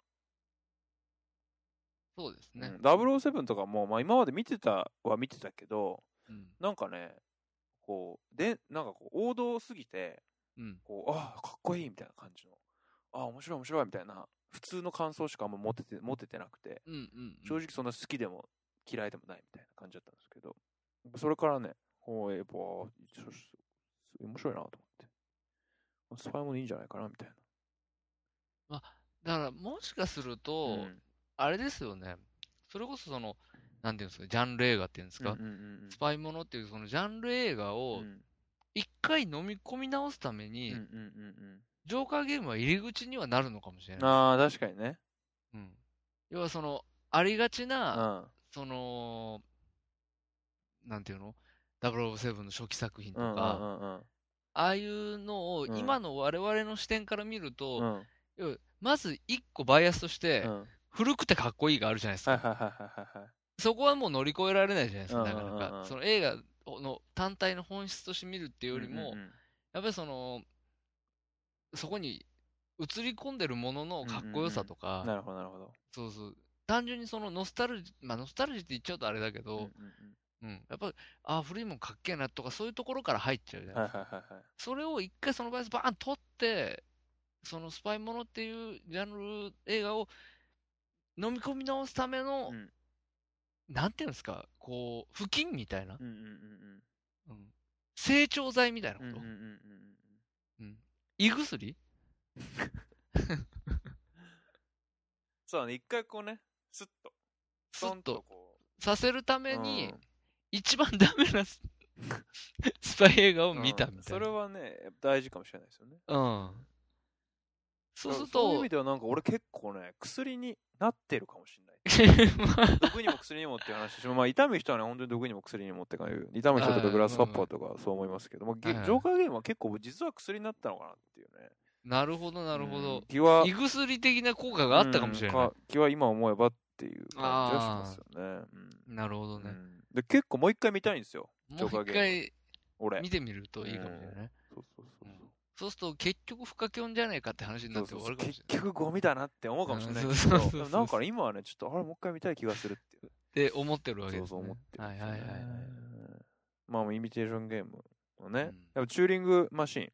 C: そうですね
B: うん。007とかも、まあ今まで見てたは見てたけど、
C: うん。
B: なんかね、こう、で、なんかこう、王道すぎて、
C: うん。
B: こう、ああ、かっこいいみたいな感じの、ああ、面白い面白いみたいな、普通の感想しかあんま持てて、持ててなくて、
C: うん。うん。
B: 正直そんな好きでも嫌いでもないみたいな感じだったんですけど、それからね、おーえー、やっぱ、ちょ面白いなと思って。スパイもいいんじゃないかなみたいな。
C: だから、もしかすると、
B: うん
C: あれですよね。それこそその、なんていうんですか、ジャンル映画っていうんですか。
B: うんうんうん
C: スパイものっていうそのジャンル映画
B: うん
C: を一回飲み込み直すために、
B: うんうんうん
C: ジョーカーゲームは入り口にはなるのかもしれ
B: う
C: ない
B: ん。
C: です。
B: ああ、確かにね。
C: うん、要はその、ありがち
B: うん。
C: な、
B: は
C: その、なんていうの ?007 の初期作品と
B: うんうん
C: か、ああいうのを
B: うん
C: 今の我々の視点から見ると、
B: うんうん。
C: 要はまず一個バイアスとして、
B: うん
C: 古くてかっこいいがあるじゃないですか。
B: はいはいはいはいはい。
C: そこはもう乗り越えられないじゃないですか、なか
B: うんうんうんうん
C: なか。その映画の単体の本質として見るっていうより
B: うん
C: も、
B: うんうん
C: やっぱりその、そこに映り込んでるもののかっこよさとか、
B: なるほどなるほど。
C: そうそう、単純にそのノスタルジー、まあノスタルジーって言っちゃうとあれだけ
B: うんう
C: ど、
B: ん
C: うん、やっぱ、ああ、古いもんかっけえなとか、そういうところから入っちゃうじゃ
B: うん
C: ない
B: は
C: で
B: い
C: すか。
B: はいはいはい。
C: それを一回そのバイアスバーン取って、そのスパイものっていうジャンル映画を飲み込み直すための、
B: うん
C: なんていうんですか、こう、付近みたいな、
B: うんうんうん
C: うん成長剤みたいなこ
B: うんうんうん
C: と
B: うんう、んうん
C: うん胃薬
B: そうだね、一回こうね、スッと、
C: スッと
B: こ
C: させるた
B: う
C: めに、
B: うん
C: 一番ダメなス スパイ映画を見た
B: うん
C: みたい
B: そ
C: な。
B: れはね、やっぱ大事かもしれないですよね。
C: うん。そうする
B: そういう意
C: と
B: 味、ではなんか俺結構ね、薬になってるかもしれない。 毒にも薬にもっていう話してまあ痛む人はね、本当に毒にも薬にもってかいう。痛む人とかグラスカッパーとかそう思いますけども、ゲジ
C: はい
B: ョーカーゲームは結構実は薬になったのかなっていうね。
C: なるほど、なるほ
B: うん
C: ど。
B: 気は
C: 胃、薬的な効果があったかもしれ
B: う
C: なん
B: か気は今思えばっていう感じがし
C: あー
B: ますよね。うん
C: い。なるほど
B: う
C: ね。
B: んで結構もう一回見たいんですよ。ジ
C: も
B: ョ
C: う
B: ーカーゲーム
C: 一回
B: 俺。
C: 見てみるといいかもしれない。
B: そうそうそうそう
C: そうすると、結局、フカキョンじゃねえかって話に
B: そ
C: なっ
B: う
C: て
B: そう
C: 終
B: そ
C: わ
B: う
C: るかもし
B: 結
C: れない。
B: 局ゴミだなって思うかもしれないですけ
C: うんそうそうそう
B: ど、
C: そう
B: でもなんかね今はね、ちょっとあれもう一回見たい気がするっていう。
C: って思ってるわけです、ね。
B: そうそう思ってる
C: はいはいはいはい。
B: まあ、イミテーションゲームのね、
C: うん
B: やっぱチューリングマシン。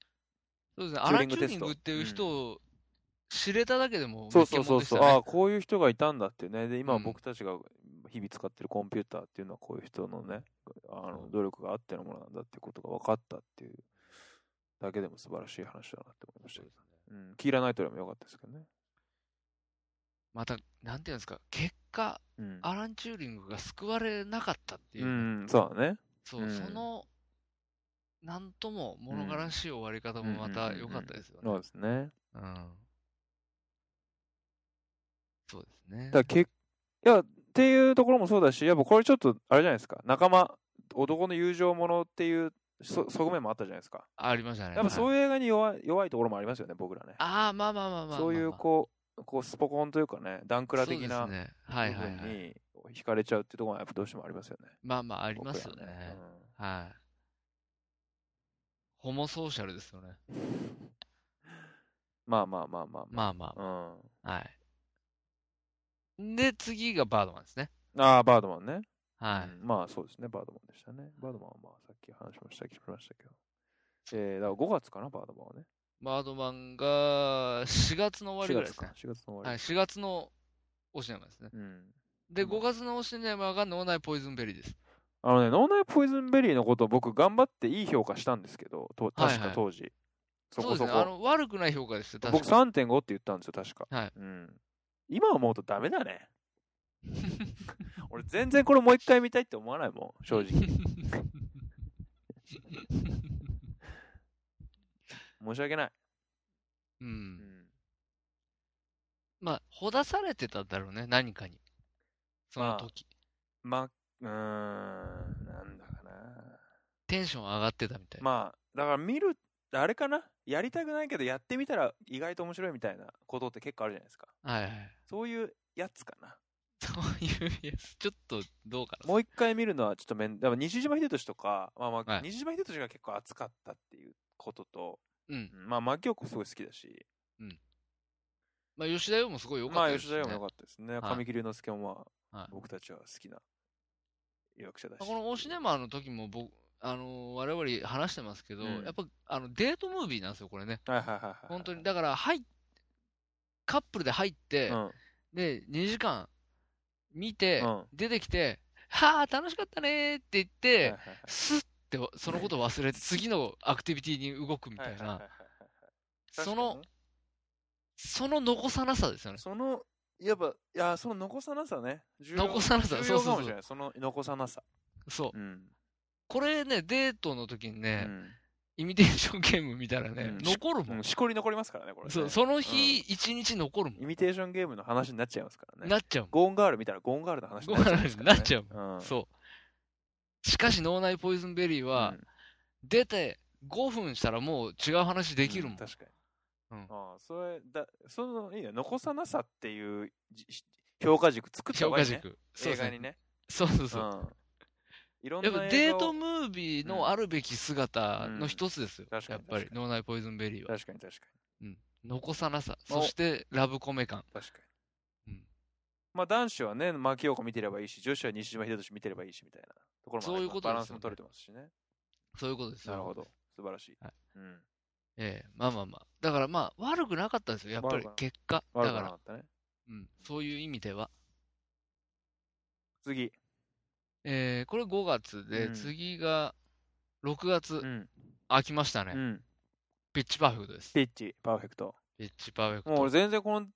C: そうですね。
B: チュ
C: ア
B: ーリ
C: ラ・
B: ン
C: チ
B: グテ
C: ューリ
B: ス
C: ン
B: ト
C: グっていう人を知れただけでも、
B: そうそうそうそう、
C: めっちゃ
B: あ
C: も
B: あ、
C: ん
B: こういう人がいたんだっていうね。で、今
C: うん
B: 僕たちが日々使ってるコンピューターっていうのはこういう人のね、あの努力があってのものなんだっていうことが分かったっていうだけでも素晴らしい話だなって思いま
C: で
B: し
C: した
B: た
C: ね
B: けど。うん、キーラナイトでも良かったですけどね。
C: また、なんていうんですか、結果、
B: うん。
C: アラン・チューリングが救われなかったっていうう、
B: ん、そうだね。
C: そう、
B: うん
C: その、なんとも物悲しい終わり方もまた良かったですよね。
B: そうですね。
C: うんそうですね
B: だか。らけいや、っていうところもそうだし、やっぱこれちょっと、あれじゃないですか、仲間、男の友情ものっていうそ側面もあったじゃないですか。
C: ありましたね。
B: やっぱそう
C: はい
B: いう映画に弱い弱いところもありますよね、僕らね。
C: ああ、まあまあまあまあまあまあ。
B: そういう、こう、こうスポコンというかね、ダンクラ
C: そう
B: 的
C: です
B: な部
C: ね。はいはい
B: 分
C: はい。
B: に惹かれちゃうっていうところはやっぱどうしてもありますよね。
C: まあまあ、あ
B: あ
C: りますよね。はい。ホモソーシャルですよね。
B: まあまあまあまあま
C: まあま
B: あ。うん、
C: あ。はい。で、次がバードマンですね。
B: ああ、バードマンね、
C: は
B: うんまあそうですね、バードマンでしたね。バードマンはまあさっき話しましたけど、聞きましたけど。えー、だから5月かな、バードマンはね。
C: い。バードマンが4月の終わり
B: 4
C: ぐらい
B: 月
C: です
B: か。。4
C: ね
B: 月の終わり。
C: はい、4月のおしネマですね。
B: うん
C: で、
B: うん
C: 5月のおしネマが脳内ポイズンベリーです。
B: あのね、脳内ポイズンベリーのことを僕頑張っていい評価したんですけど、と
C: はいはい
B: 確か当時。そ
C: そ
B: こ
C: うです
B: そ
C: ね。あ
B: こ。
C: の、悪くない評価ですよ、確
B: 僕
C: か
B: 3.5って言ったんですよ、確か。
C: はい
B: うん、今思うとダメだ ね。俺全然これもう一回見たいって思わないもん、 正直。申し訳ない。
C: に。う。
B: うんん、
C: まあ、ほだされてたんだろうね、何かに。その時。
B: ま、うーん、なんだかな。
C: テンション上がってたみたいな。
B: まあ、だから見る、あれかなやりたくないけど、やってみたら意外と面白いみたいなことって結構あるじゃないですか。
C: はいはい。
B: そういうやつかな。
C: そういうやつ、ちょっとどうかな。
B: もう一回見るのはちょっと面、だから西島秀俊とか、まあまあ、
C: はい
B: 西島秀俊が結構熱かったっていうことと、
C: うん。
B: うんまあ、牧陽子すごい好きだし、
C: まあ、吉田洋もすごい良か
B: ま
C: った
B: あ、
C: で
B: 吉
C: す
B: 田
C: ね。
B: 羊も良かったですね。
C: はい
B: 神木隆之介もま
C: は
B: あ
C: い、
B: 僕たちは好きな役者だし。
C: このオシネマの時も僕、あのー我々話してますけど、
B: うん
C: やっぱあのデートムービーなんですよ、これね。
B: はいはいはいはい。
C: 本当に。だから、はい、カップルで入って、
B: うん。
C: で、2時間見て、
B: うん
C: 出てきて、はあ、楽しかったねって言っ
B: はいは
C: て
B: い、
C: スッってそのことを忘れて、次のアクティビティに動くみ
B: は
C: た
B: い
C: い
B: はいはい
C: な
B: は、い
C: その、その残さなさですよね。
B: その、やっぱ、いや、その残さなさね。重要
C: 残さなさ
B: 重要
C: そうそうそう
B: かもしれない。その残さなさ。
C: そう。
B: うん。
C: これね、デートの時に
B: う
C: ね、
B: ん
C: イミテーションゲーム見たらね、
B: うん
C: 残るも
B: うんん。しこり残りますからね、これね。
C: そう、その
B: うん
C: 日、一日残るも
B: イミテーションゲームの話になっちゃいますから
C: ん。
B: ね。
C: なっちゃうもん。
B: ゴーンガール見たらゴーンガールの話になっちゃいますからね。
C: ゴーンガールになっちゃう
B: うん。
C: そう。しかし、脳内ポイズンベリー
B: うん。
C: は、出て5分したらもう違う話できるもん。
B: う確かに。
C: うん
B: ああ、それ、だ、その、いいね、残さなさっていうじ評価軸作った
C: 評
B: 方がい
C: 価
B: いね。
C: 軸。そう
B: 映
C: そう
B: 画にね。
C: そうそう
B: う
C: そう。
B: ん。いろんな
C: や
B: 映画
C: っぱ
B: を
C: デートムービーのあるべき姿の一つですよ。
B: うん確か
C: や
B: に
C: っぱり
B: 確、か
C: 脳内ポイズンベリーは。
B: 確かに確か
C: 残さなさ。
B: お
C: そして、ラブコメ感。
B: に。確かに。
C: うん
B: まあ男子はね、牧陽子見てればいいし、女子は西島秀俊見てればいいし、みたいなところもあ
C: そうい
B: る
C: うこと
B: バラン
C: です
B: ス
C: よね
B: も取れてますしね。
C: そういうことです。
B: なるほ
C: そ
B: ど
C: ういうことです。。
B: 素晴らしい
C: はい。
B: うん。
C: ええまあまあまあ。だからまあ、悪くなかったですよ。やっぱ
B: 悪く
C: り
B: なかっ、た
C: 結果。だ
B: 悪
C: か、
B: くなからったね。
C: うん。そういう意味では。
B: 次。
C: ええこれ5月で、
B: うん
C: 次が6月、
B: うん。
C: 飽きました
B: う
C: ね。
B: ん。
C: ピッチパーフェクトです。
B: ピッチ、パーフェクト。
C: ピッチパーフェクト。
B: もう俺全然この、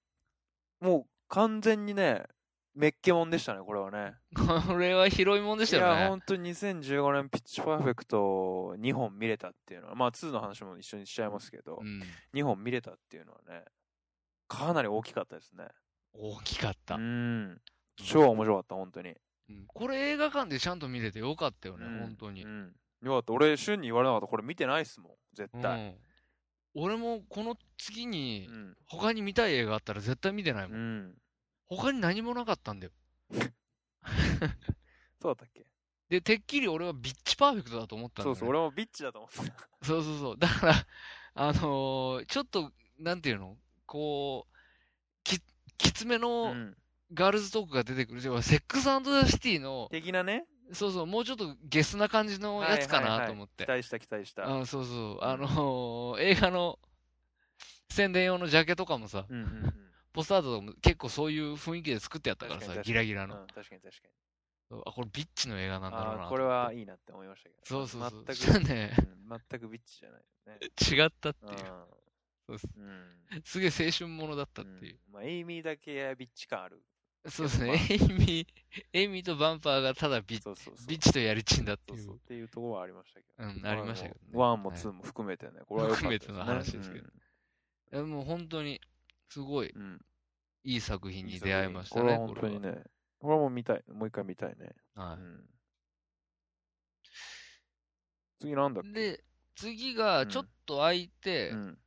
B: もう完全にね、メッケモンでしたね、これはね。
C: これは広いもんでした
B: いや、
C: よね。
B: 本当に2015年ピッチパーフェクト2本見れたっていうのは、まあ2の話も一緒にしちゃいますけど、
C: うん。
B: 2本見れたっていうのはね、かなり大きかったですね。
C: 大きかっ
B: う
C: た。
B: ん。超面白かった、本当に。
C: うんこれ映画館でちゃんと見れてよかったよね、
B: うん
C: 本当に
B: う。ん。よかった。俺、瞬に言われなかった。これ見てないっすもん。絶対。
C: うん俺もこの次に
B: う、ん。
C: 他に見たい映画あったら絶対見てないも。
B: うんん。
C: 他に何もなかったんだよ。
B: そうだったっけ
C: で、てっきり俺はビッチパーフェクトだと思ったんだ
B: そう
C: よね
B: そう。俺もビッチだと思ってた。
C: そうそう そう。だから、あのーちょっと、なんていうのこう、き、きつめ
B: う
C: の
B: ん。
C: ガールズトークが出てくる。要はセックスザ・シティの、
B: 的なね。
C: そうそう、もうちょっとゲスな感じのやつか
B: はいはいは
C: ないと思って
B: 期。待した、期待した。
C: あそうそう。あのー映画の宣伝用のジャケとかもさ、
B: うんうんうん。
C: ポスタードとかも結構そういう雰囲気で作ってやったから
B: 確
C: さ
B: か、に
C: ギラギラ
B: うん
C: の。
B: 確かに確かに。
C: そうあ、これビッチの映画なんだろう
B: あ
C: な
B: ーこれ
C: と思っ
B: は
C: て。
B: いいなって思いましたけど。
C: そうそうそう。
B: 全 く、
C: したらね、
B: うん全くビッチじゃないよね。
C: 違 ったっていう。
B: う
C: そ
B: ん
C: うっす
B: うん。
C: すげえ青春ものだったっていう。
B: うんまあ、エイミーだけビッチ感ある。
C: そうです
B: まあ
C: ね。エイミー、エイミーとバンパーがただビッ
B: そうそうそう。
C: ビッチとやりちんだっ
B: そ
C: て
B: う
C: い
B: そうっ
C: う。
B: ていうところはありましたけど。
C: うん、ありましたけどね。
B: ワンも
C: はい
B: ツーも含めてね、これは良かったですね
C: 含めての話ですけど。いやもう本当に、すごい
B: うんうん
C: いい作品
B: いい
C: に
B: 作
C: 出
B: 品
C: 会いました
B: これ
C: ね、
B: は本当にね。これはもう見たい。もう一回見たいね。。
C: これは。はいう
B: ん次なんだっけ
C: で、次が、
B: うん
C: ちょっと空いて、
B: うん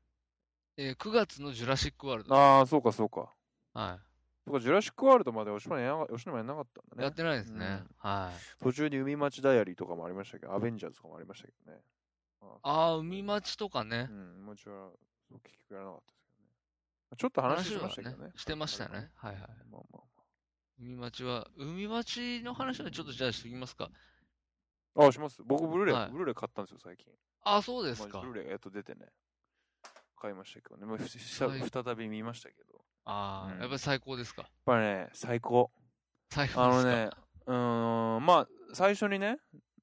C: えー9月のジュラシックワールド。
B: ああ、そうかそうか。
C: は
B: そうか、ジュラシックワールドまで吉野家やな吉野家やんなかったん
C: い。
B: だ
C: やっ
B: ね。
C: てないですね。はい。
B: 途中に海町ダイアリーとかもありましたけど、アベンジャーズとかもありましたけどね。
C: ああ、海町とかね
B: う。ん、もちろん、そう結局やらなかったですけどね。ちょっと話しましたけど
C: 話は
B: ね。
C: してましたね。はいはい。
B: まあま
C: 海町は、海町の話はちょっとじゃあしときますか。
B: あまあ。あ、します。僕、ブルーレイ、
C: はい
B: ブルーレイ買ったんですよ、最近。
C: ああ、そうです
B: まあ
C: か
B: ブ。ルーレイがやっと出てね。買いましたけどね。まあ、ふし
C: 最高
B: 再び見ましたけど。やっ
C: あ
B: う
C: あ、
B: ん
C: やっぱり最高ですか。
B: ぱりね、最高。
C: 最高
B: あ
C: です
B: の
C: か。
B: ね、うーん、まあ、最初にね、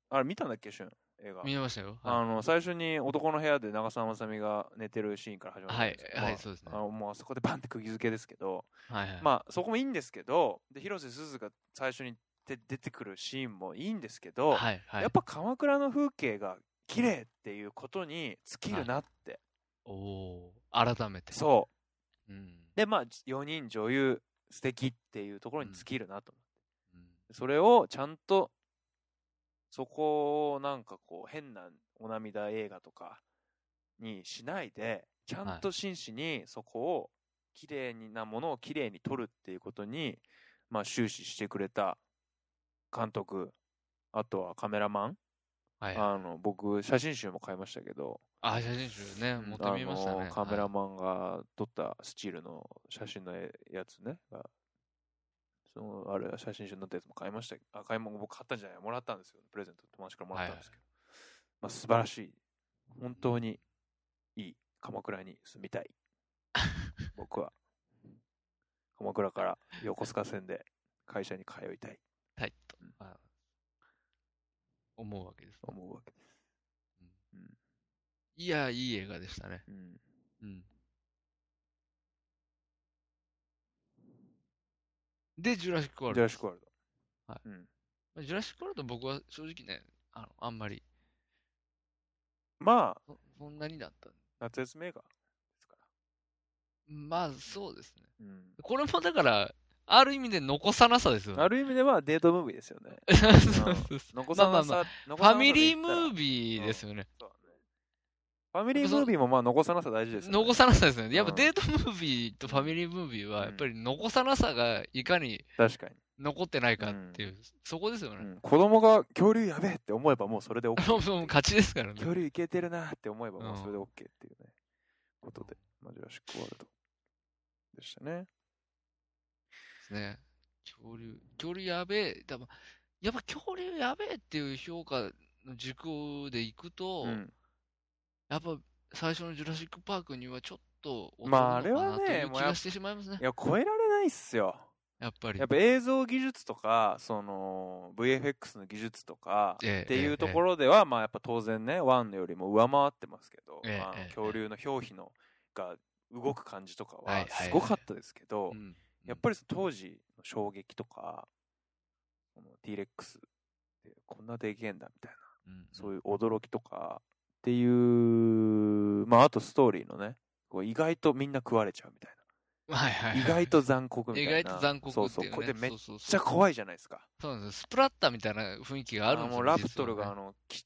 B: あれ見たんだっけ、シュン、映画。
C: 見えましたよ。
B: あ
C: は
B: の、最初に男の部屋で長澤まさみが寝てるシーンから始ま
C: い。
B: るん
C: は
B: で
C: い
B: すけど、
C: は
B: ま
C: い、
B: あ
C: そうですね。
B: あのもうあそこでバンって釘付けですけど、
C: はいはい。
B: まあそこもいいんですけどで広瀬すずが最初に出出てくるシーンもいいんですけど、
C: はいはい。
B: やっぱ鎌倉の風景が綺麗っていうことに尽きるなって、
C: おおー改めて。。
B: そう
C: うん。
B: うでまあ4人女優素敵っていうところに尽きるなと、
C: うん
B: それをちゃんとそこをなんかこう変なお涙映画とかにしないでちゃんと真摯にそこを綺麗になものを綺麗に撮るっていうことに、まあ、終始してくれた監督あとはカメラマン、
C: はい。
B: あの僕写真集も買いましたけど、
C: あ、写真集ね、持ってみました
B: あ
C: ね
B: の。カメ
C: は
B: ラ
C: い
B: マンが撮ったスチールの写真のやつね、がそのあれ写真集になったやつも買いましたあ買い物僕買ったんじゃないもらったんですよプレゼント友達からもらったんですけど、まあ、素晴らしい本当にいい鎌倉に住みたい僕は鎌倉から横須賀線で会社に通いたい
C: はいと。あ思うわけです。
B: 思うわけ。
C: いや、いい映画でしたね。
B: うん。
C: うん。で、ジュラシックワール
B: ジュ
C: ドで
B: ラ
C: す。
B: シックワールド。
C: はい
B: うん。
C: まあジュラシックワールド僕は正直ね、あの、あんまり、
B: まあ、
C: そそんなにだった。
B: 夏休み映画ですか
C: まあ、そうですね。
B: ら。
C: これもだから、ある意味で残さなさですよ
B: う
C: ね
B: ん。。ある意味ではデートムービーですよね。
C: そうそうそう
B: 残さな
C: ま
B: さ、
C: ファミリーム
B: ビ
C: ー
B: ー
C: ビーですよね。
B: ファミリームービーもまあ残さなさ大事ですよね。
C: 残さなさですね。やっぱ
B: うん
C: デートムービーとファミリームービーは、やっぱり残さなさがいかに
B: 確かに。
C: 残ってないかっていう、そこですよ
B: う
C: ね。
B: ん子供が恐竜やべえって思えばもうそれで OK
C: もうもう勝ちですからね。
B: 恐竜いけてるなって思えばもうそれで
C: う
B: OK っていうね、ことで、まあ、ジュラシック・ワールドでしたね。
C: ですね。恐竜、恐竜やべえ、多分やっぱ恐竜やべえっていう評価の軸でいくと、
B: うん
C: やっぱ最初のジュラシック・パークにはちょっと劣るの
B: まあ
C: かな
B: あれはね
C: という
B: もう
C: 気
B: やっ
C: がしてしまいますね
B: い。や、超えられないっすよ。
C: やっぱり。
B: やっぱ映像技術とか、その VFX の技術とか
C: ええ
B: っていうところでは、まあやっぱ当然ね、ワンのよりも上回ってますけど、
C: ええ
B: まあ
C: ええ
B: 恐竜の表皮のが動く感じとか
C: はい
B: は
C: はいはい
B: すごかったですけど
C: う、ん
B: やっぱりその当時の衝撃とか、この T-Rex ってこんなでけえんだみたいな。
C: うん
B: そういう驚きとかっていう、まああとストーリーのね、こう意外とみんな食われちゃうみたい
C: はいはい
B: な。
C: はい
B: 意外と残酷みたい
C: 意
B: な。
C: 外と残酷っていう、
B: そ
C: ね。
B: うそう。これでめっ
C: そうそうそ
B: ちゃ
C: う
B: 怖いじゃないですか。
C: そうなんですスプラッタみたいな雰囲気があるんです
B: も
C: よ
B: うラプトルがあ
C: 実
B: の、き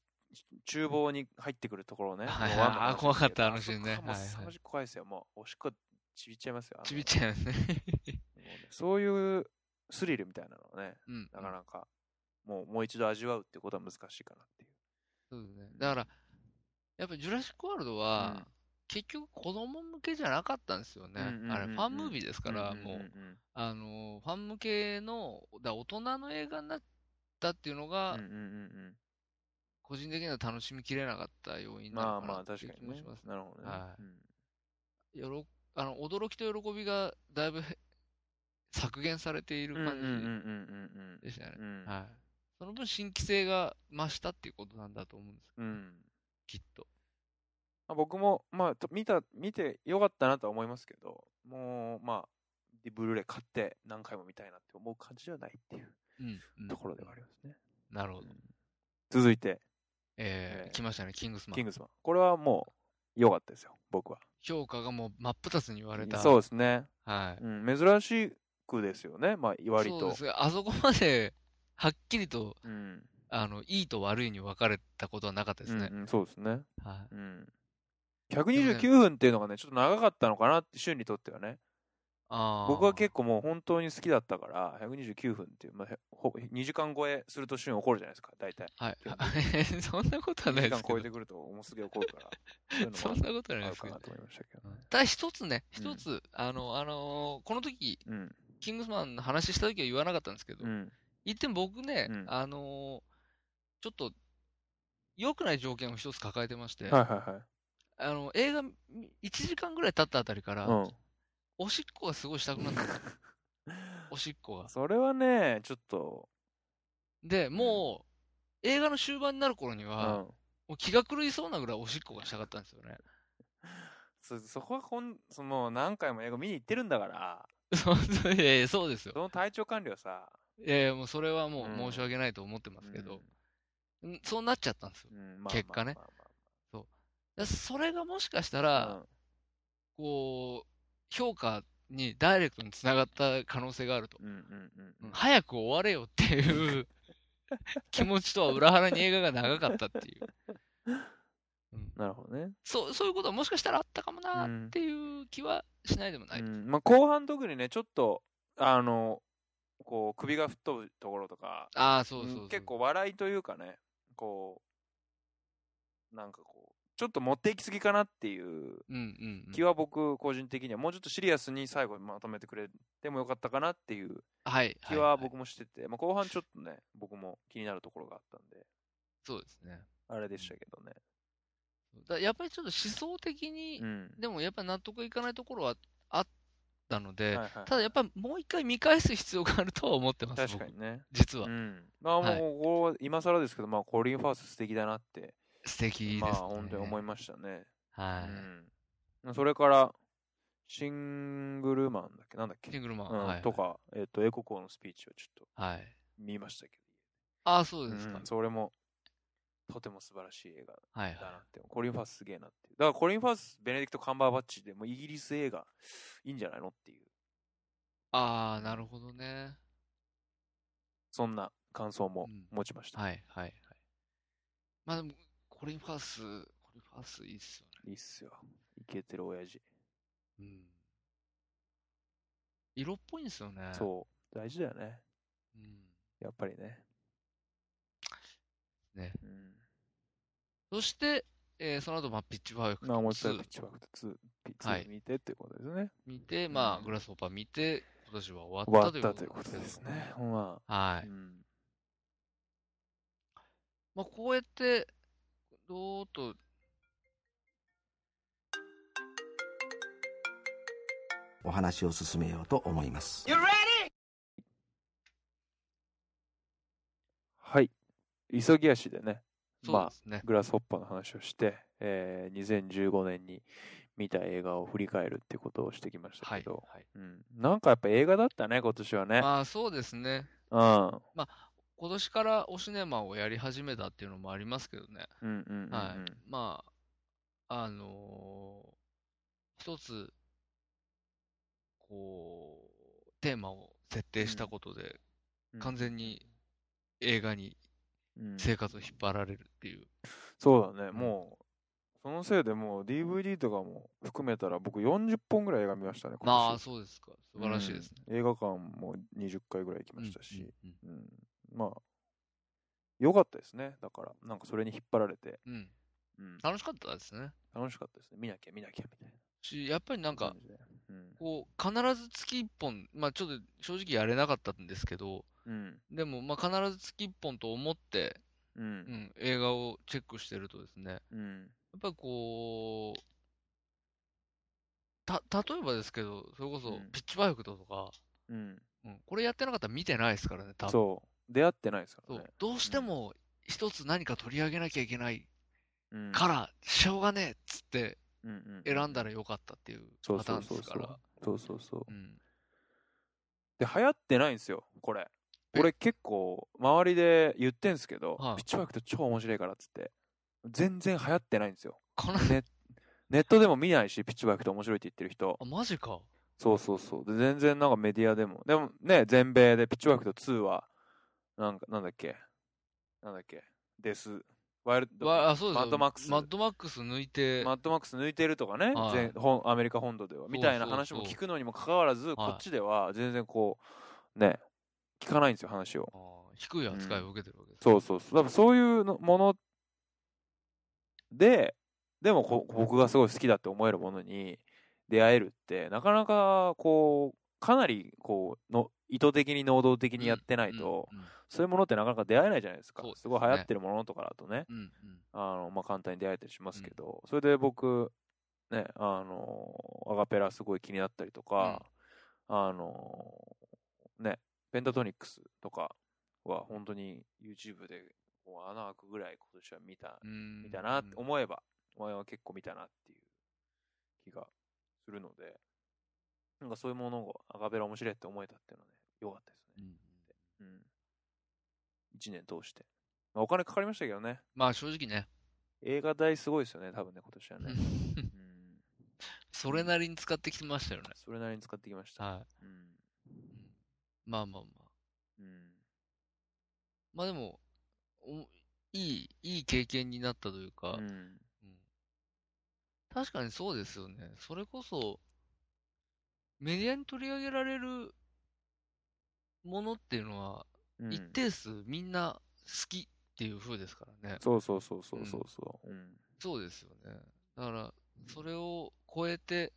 B: 厨房に入ってくるところをね。
C: はい
B: もうワンの
C: あ怖かったあの
B: 話
C: シーン
B: ですけど
C: ね
B: あそこはもう凄ま
C: はいはい
B: じく怖いですよ。もうおしっこちびっちゃいますよ。あ
C: は
B: の
C: ちびっちゃいますね。
B: もうねそういうスリルみたいなのをね、
C: うん。
B: なかなか、もうもう一度味わうってことは難しいかなっていう。
C: そうですね。だから、やっぱジュラシックワールドは、
B: うん
C: 結局子供向けじゃなかったんですよね。
B: うんうんうんうん
C: あれ、ファンムービーですから、
B: んんん
C: もう、
B: ん
C: あの、ファン向けの、だ大人の映画になったっていうのが、
B: うんうんうんうん
C: 個人的には楽しみきれなかった要因な
B: まあ
C: のか
B: ま
C: な
B: あ
C: って
B: 確
C: いう
B: か
C: 気
B: に
C: も
B: ね
C: します。。
B: なるほどね。
C: はい
B: うん
C: よろあの驚きと喜びがだいぶ へ削減されている
B: うんうんうん
C: 感
B: うん
C: じでしたよね。
B: うんうん。
C: はい。その分新規性が増したっていうことなんだと思うんです
B: うんうん
C: きっと。
B: まあ僕も、まあ、と見た、見てよかったなとは思いますけど、もう、まあ、でブルーレイ買って何回も見たいなって思う感じじゃないっていう
C: うん、うん
B: ところではありますね。
C: なるほど
B: う。ん続いて、
C: え
B: え
C: ー、
B: ー
C: 来ましたね、キングスマ
B: キン
C: ン。
B: グスマン。これはもう、良かったですよ、僕は。
C: 評価がもう真っ二つに言われた。
B: そうですね。
C: はい。
B: うん、珍しくですよね、まあ、割
C: そう
B: と
C: で。すがあそこまで、 はっきりと、
B: うん。
C: あの、いいと悪いに分かれたことはなかったですね。
B: うんうんそうですね。
C: は
B: う
C: い。
B: ん。129分っていうのがね、ちょっと長かったのかなって、旬にとってはね。
C: あー
B: 僕は結構もう本当に好きだったから、129分っていう、まあ、へほ2時間超えすると旬怒るじゃないですか、大体。
C: はい。 そんな ことは
B: 2
C: な
B: 時
C: いで
B: 間
C: すけ
B: 超
C: ど
B: え。てくると、もうすげえ怒る から。そういう
C: そん
B: の
C: なことは
B: もあ
C: ないで
B: る
C: す
B: か
C: けど
B: な。と思いましたけどね。
C: ただ一つね、
B: うん
C: 一つ、あの、あのーこの時、
B: うん。
C: キングスマンの話した時は言わなかったんですけど、
B: うん。
C: 一点僕ね、
B: うん
C: あのーちょっと、良くない条件を一つ抱えてまし
B: は
C: て、
B: いはいはい。
C: あの、映画1時間ぐらい経ったあたりから、
B: うん。
C: おしっこがすごいしたく なったんですよ。おしっこが。
B: それはね、ちょっと、
C: で、もう、映画の終盤になる頃に
B: う
C: は、
B: ん。
C: もう気が狂いそうなぐらいおしっこがしたかったんですよね。
B: そそこはこん、その何回も映画見に行ってるんだから、
C: そうそういやいやそうですよ
B: そ。の体調管理はさ、
C: いやいやもうそれはも
B: うん
C: う申し訳ないと思ってますけ
B: うん
C: ど、うんそうなっちゃったんですよ。
B: うんまあ
C: 結果ね
B: まあまあまあ
C: だそれがもしかした
B: う
C: ら、
B: ん
C: こう、評価にダイレクトにつながった可能性があると。
B: うんうんうんうん
C: 早く終われよっていう 気持ちとは裏腹に映画が長かったっ ていう。うん
B: なるほどね。
C: そう、そういうことはもしかしたらあったかもなーっていう気はしないでもない。
B: うんまあ、後半特にね、ちょっと、あの、こう、首が吹っ飛ぶところとか、
C: ああ、そうそうそう
B: うん結構笑いというかね、こう、なんかこう、ちょっと持っていきすぎかなっていう
C: うんうんうん。
B: 気は僕、個人的には、もうちょっとシリアスに最後にまとめてくれてもよかったかなっていう
C: はい。
B: 気
C: い
B: はい僕もしてて、まあ、後半ちょっとね、僕も気になるところがあったんで、
C: そうですね。
B: あれでしたけどね。
C: だやっぱりちょっと思想的に
B: う、ん。
C: でもやっぱり納得いかないところはあっったので、
B: はいはい
C: ただやっぱりもう一回見返す必要があるとは思ってます、
B: 確か
C: 僕
B: にね。
C: 実は、
B: うん。まあもう、
C: はい
B: これ今更ですけど、まあ、コリン・ファース素敵だなって、
C: 素敵です、ね。
B: まあ、本当に思いましたね。
C: はい、
B: うん。それから、シングルマンだっけなんだっけ
C: シングルマン、
B: うん
C: はい。
B: とか、えっ、と、英国王のスピーチをちょっと
C: はい。
B: 見ましたけ
C: ああ、そう
B: ど、
C: ですか。
B: うんそれも、とても素晴らしい映画
C: はい
B: だな
C: は
B: って、コリン・ファースすげえなって。だからコリン・ファース、ベネディクト・カンバーバッチでもうイギリス映画いいんじゃないのっていう、
C: ああ、なるほどね。
B: そんな感想も
C: うん
B: 持ちました。
C: はいはいはい。まあでも、コリンファース、コリンファースいいっすよ
B: いいっすよ。イケてる親父。
C: ね。うん。色っぽいんですよね。
B: そう。大事だよね。
C: う。ん。
B: やっぱりね。
C: ね。
B: うん。
C: そして、えーその後、まあ、ピッチワーク
B: まあ、もう一回
C: 2
B: ピッチバック2、ピッチ
C: はい
B: 2見てってことですね。
C: 見て、ま
B: う
C: あ、
B: ん
C: グラスホッパー見て、今年は終
B: 終
C: わ
B: わ
C: っ
B: ったた
C: と
B: と
C: い
B: いうう
C: こ
B: ことと
C: なん
B: で
C: ですすけど
B: ね。ま
C: は
B: あ、
C: い。
B: うん
C: まあ、こうやって、どーっと、
D: お話を進めようと思います。
B: はい。急ぎ足でね、
C: そうですね。
B: グラスホッパーの話をして、えー、2015年に見た映画を振り返るってことをしてきました
C: は
B: け
C: い。
B: ど、
C: はい
B: うん、なんかやっぱ映画だったね、今年はね。
C: まあ、そうですね。
B: うん
C: 今年からおシネマをやり始めたっていうのもありますけどね。
B: うんうんうんうん
C: はい。まあ、あのー一つ、こう、テーマを設定したことで、
B: うん
C: 完全に映画に
B: うん
C: 生活を引っ張られるっていう。
B: そうだね、もう、そのせいでもう DVD とかも含めたら僕40本ぐらい映画見ましたね、今
C: まあ、
B: 年
C: そうですか。素晴らしいですね。
B: うん映画館も20回ぐらい行きましたし、
C: うんう
B: う
C: ん
B: ん、まあ、良かったですね。だから、なんかそれに引っ張られて、
C: うんうん
B: うん、
C: 楽しかったですね。
B: 楽しかったですね。見なきゃ見なきゃみたい
C: し、やっぱりなん
B: な
C: か
B: 感、じで。
C: こう、必ず月一本、まあちょっと正直やれなかったんですけど、
B: うん。うん。
C: でも、まあ必ず月一本と思って、
B: う。
C: うんん、映画をチェックしてるとですね、
B: うん。
C: やっぱりこう、た、例えばですけど、それこそ
B: うん、
C: ピッチバイクとか、
B: うん。
C: うん、これやってなかったら見てないですからね、多分。
B: そう。出会ってないですか
C: そ
B: ら
C: う
B: ね。
C: どうしても、一つ何か取り上げなきゃいけない
B: うん
C: から、しょうがねえっつって
B: うんうん
C: 選んだらよかったっていう
B: そう
C: パタ
B: そ
C: ー
B: うそ
C: ンで
B: う
C: す
B: そ
C: か
B: う
C: ら。
B: そうそうそう。
C: うん。
B: で、流行ってないんですよ、これ。
C: え
B: 俺結構、周りで言ってんすけど、
C: はい
B: ピッチワークと超面白いからっつって。全然流行ってないんですよ。
C: この、
B: ね、ネットでも見ないし、ピッチワークと面白いって言ってる人
C: あ、。マジか。
B: そうそうそう。で、全然なんかメディアでも。でもね、全米でピッチワークと2は、なんか、なんだっけなんだっけです。ワイルド、
C: わあ、そうです
B: マ
C: よ
B: ッドマックス。
C: マッドマックス抜いて、
B: マッドマックス抜いてるとかね、
C: はい
B: 全本アメリカ本土ではみたいな
C: そうそう
B: 話
C: そう
B: も聞くのにもかかわらず、こっちでは全然こうね聞かないんですよ話を
C: あー低い扱いを受けてるわけです。
B: そうそうそう多分そういうのものででもこ僕がすごい好きだって思えるものに出会えるってなかなかこうかなりこうの意図的に能動的にやってないと、
C: うん、うん
B: そういうものってなかなか出会えないじゃないですか
C: そうですね
B: すごい流行ってるものとかだとね
C: うんうん
B: あの、まあ、簡単に出会えたりしますけど、それで僕、ね、あの、アガペラすごい気になったりとか、あの、ね、ペンタトニックスとかは本当に YouTube でもう穴開くぐらい今年は見た、
C: うん。
B: 見たなって
C: うん
B: 思えば、お前は結構見たなっていう気がするので、なんかそういうものをアガペラ面白いって思えたっていうのはね、良かったです
C: う
B: ね。
C: ん
B: うん。一年通して。まあ、お金かかりましたけどね。
C: まあ正直ね、
B: 映画代すごいですよね、多分ね、今年はね。うん、
C: それなりに使ってきましたよね。
B: それなりに使ってきました。
C: は
B: うん
C: い。まあまあまあ。
B: うん、
C: まあでも、おいい、いい経験になったというか、
B: うん
C: うん確かにそうですよね。それこそ、メディアに取り上げられるものっていうのは、
B: うん
C: 一定数みんな好きっていう風ですからね。
B: そうそうそうそうそうそう。うん
C: そうですよね。だから、それを超えて、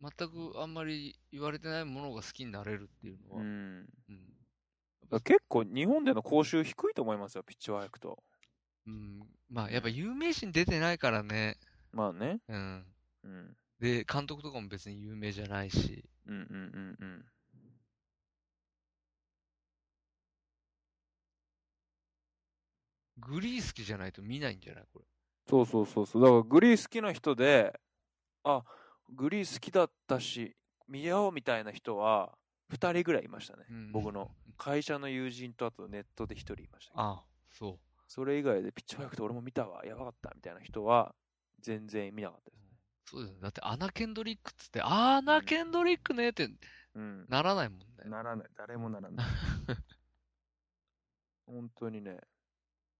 C: 全くあんまり言われてないものが好きになれるっていう
B: う
C: のは、
B: ん、
C: うん
B: だから結構日本での講習低いと思いますよ、ピッチワークと。
C: うん、まあやっぱ有名人出てないからね。
B: まあね。
C: うん。
B: うん、
C: で、監督とかも別に有名じゃないし。
B: うんうんうんうん。
C: グリー好きじゃないと見ないんじゃないこれ。
B: そうそうそうそう。だからグリー好きな人で、あ、グリー好きだったし、見ようみたいな人は、2人ぐらいいましたね。
C: うん
B: 僕の。会社の友人とあとネットで1人いましたけど。
C: ああ、そ
B: それ以外でピッチ早くて俺も見たわ、やばかったみたいな人は、全然見なかったですね。
C: う。そうですね。だってアナ・ケンドリックっつって、アーナ・ケンドリックねって
B: うん。
C: ならないもんね。
B: ならない。誰もならない。 本当にね。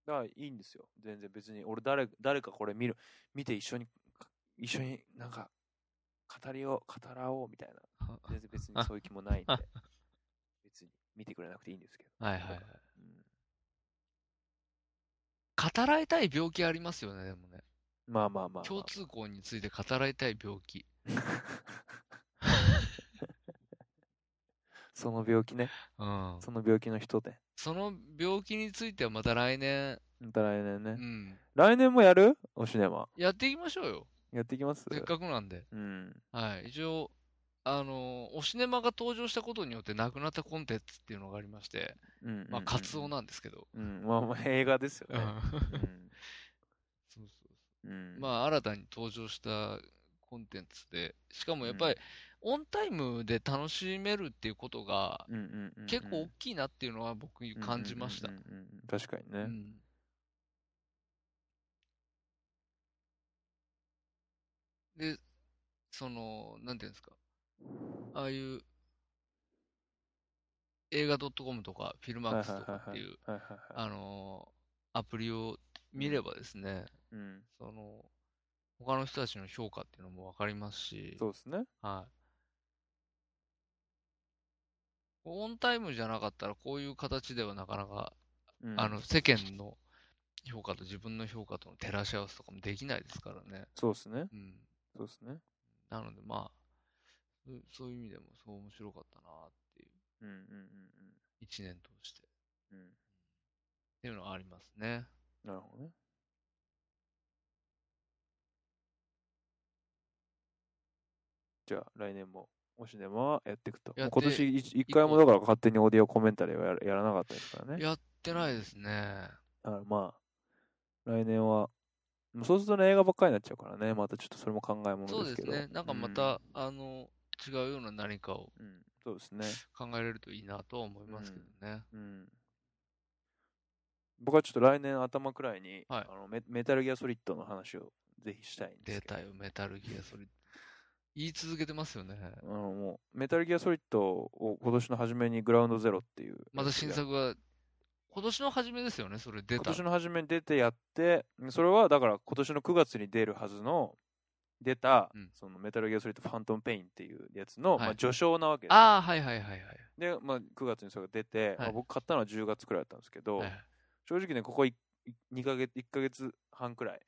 B: だからいいんですよ。全然別に。俺誰、誰かこれ見る、見て一緒に、一緒になんか、語りを、語らおうみたいな。全然別にそういう気もないん で。別に見てくれなくていいんですけど。
C: はいはいはい。
B: うん
C: 語らいたい病気ありますよね、でもね。
B: まあまあまあ、ま
C: 共
B: あ。
C: 通項について語らいたい病気。
B: その病気ね。
C: うん。
B: その病気の人で。
C: その病気についてはまた来年、
B: また来年ね。
C: うん。
B: 来年もやるおシネマ。
C: やっていきましょうよ。
B: やっていきます
C: せっかくなんで。
B: うん。
C: はい。一応、あの、おシネマが登場したことによってなくなったコンテンツっていうのがありまして、
B: うんうんうん
C: まあ、カツオ。なんですけど。
B: うん。まあまあ映画ですよ
C: うん
B: ね。うん
C: そうそう
B: うん。
C: まあ、新たに登場したコンテンツで、しかもやっぱり、オンタイムで楽しめるっていうことが、
B: うんうんうんうん
C: 結構大きいなっていうのは僕感じました
B: うん。うんうんうん確かに
C: う
B: ね。
C: んで、その、なんていうんですか。ああいう、映画 .com とか、フィルマックスとかっていう、
B: はいはいはい。
C: あのー、アプリを見ればですね、
B: うん。
C: その、他の人たちの評価っていうのもわかりますし、
B: そうですね。
C: はい。オンタイムじゃなかったら、こういう形ではなかなか、
B: うん
C: あの、世間の評価と自分の評価との照らし合わせとかもできないですからね。
B: そうですね。
C: うん。
B: そうですね。
C: なので、まあ、そうそういう意味でも、そう面白かったなっていう、
B: うんうんうん
C: 一年通して。っ
B: うんうん。
C: ていうのはありますね。
B: なるほどね。じゃあ来年も、おシネマはやっていくと。も
C: や
B: う
C: って
B: 今年い一回もだから勝手にオーディオコメンタリーはやらやらなかったですからね。
C: やってないですね。
B: だからまあ、来年は、もうそうするとね、映画ばっかりになっちゃうからね、またちょっとそれも考えも
C: そ
B: の
C: う
B: で
C: です
B: け
C: す
B: ど。
C: ね。なんかまた、あの、違うような何かを
B: うん、うんそうですね。
C: 考えれるといいなとは思いますけどね。
B: うん。僕はちょっと来年頭くらいに、
C: はい
B: あのメメタルギアソリッドの話をぜひしたいんです
C: 出
B: けど。
C: たよ、メタルギア、それ。言い続けてますよね。
B: あのもう、メタルギアソリッドを今年の初めにグラウンドゼロっていう。
C: また新作が、今年の初めですよね、それ出
B: 今
C: た
B: 年
C: の。
B: の初めに出てやって、それはだから今年の9月に出るはずの、出た、
C: うん
B: そのメタルギアソリッドファントムペインっていうやつの、
C: はい
B: まあ序章なわけですよ
C: ああ、はいはいはいはい。
B: で、まあ、9月にそれが出て、まあ
C: はい
B: 僕買ったのは10月くらいだったんですけど、
C: はい
B: 正直ねここ 1, ヶ月1ヶ月半くらい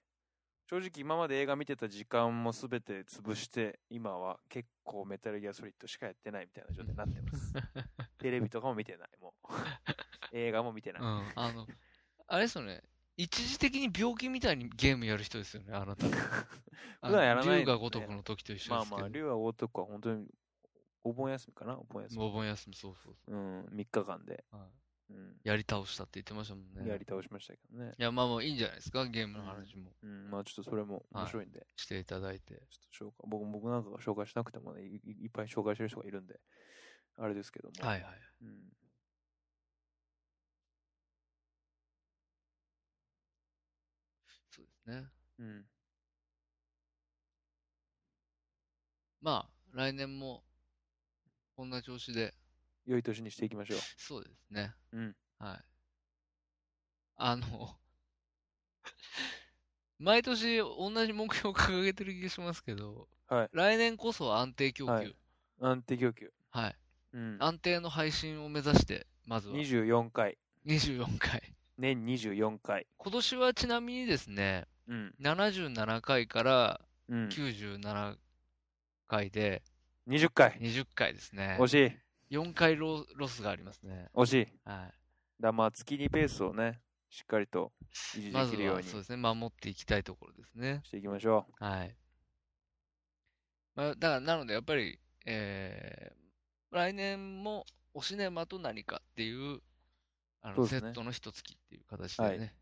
B: 正直今まで映画見てた時間も全て潰して今は結構メタルギアソリッドしかやってないみたいな状態になってますテレビとかも見てないもう映画も見てない、
C: うん、あの、あれですよね。一時的に病気みたいにゲームやる人ですよね、あなた。
B: 普段やらないのね
C: 龍が如くの時と一緒
B: ま
C: で
B: あ
C: すけど。
B: まあ竜は大徳は本当にお盆休みかなお盆休み
C: お盆休み、そうそうそ
B: うん3日間で、
C: う、はい
B: うん
C: やり倒したって言ってましたもんね。
B: やり倒しましたけどね、
C: いや、まあまあいいんじゃないですか、ゲームの話も
B: うん、まあちょっとそれも面白いんで、
C: していただいて。
B: ちょっと紹介僕僕なんかが紹介しなくてもねい、いいっぱい紹介してる人がいるんで、あれですけども。
C: はいはい。
B: うん
C: そうですね。
B: うん
C: まあ、来年も、こんな調子で、
B: 良い年にしていきましょう。
C: そうですね。
B: うん
C: はい。あの、 毎年同じ目標を掲げてる気がしますけど、
B: はい
C: 来年こそは安定供給。は
B: はいい。安定供給。うん、
C: 安定の配信を目指して、まずは
B: 24回。
C: 24回。
B: 年24回。
C: 今年はちなみにですね、
B: うん。
C: 77回から
B: うん、
C: 97回で
B: 20回。
C: 20回ですね。
B: 惜しい。
C: 4回ロロスがありますね。
B: 惜しい。
C: は
B: だまあ月にペースをね、しっかりと維
C: い。
B: 持
C: ま
B: で
C: ず
B: きるよう
C: は、
B: に
C: そうですね、守っていきたいところですね。
B: していきましょ
C: はい。まあ、だから、なので、やっぱり、えー来年もおシネマと何かっていう、あ
B: そうで
C: の、
B: す
C: セ
B: ね
C: ットの一月っていう形でね、
B: はい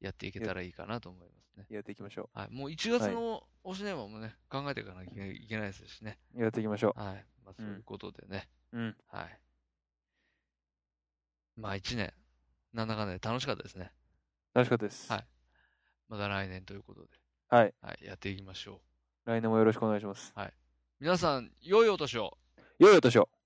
C: やっていけたらいいかなと思いますね。
B: やっていきましょ
C: はい。もう1月のおシネマもね、考えていかなきゃいけないですしね。
B: う。やっていきましょ
C: はい。まあ、そういうことでね、
B: う。うん。
C: はい。まあ、1年、なんだかんだで楽しかったですね。
B: 楽しかったです。
C: はいまた来年ということで、
B: はい。
C: はい、やっていきましょう。
B: 来年もよろしくお願いします。
C: 皆さん、良いお年を
B: 良いお年を。
C: 「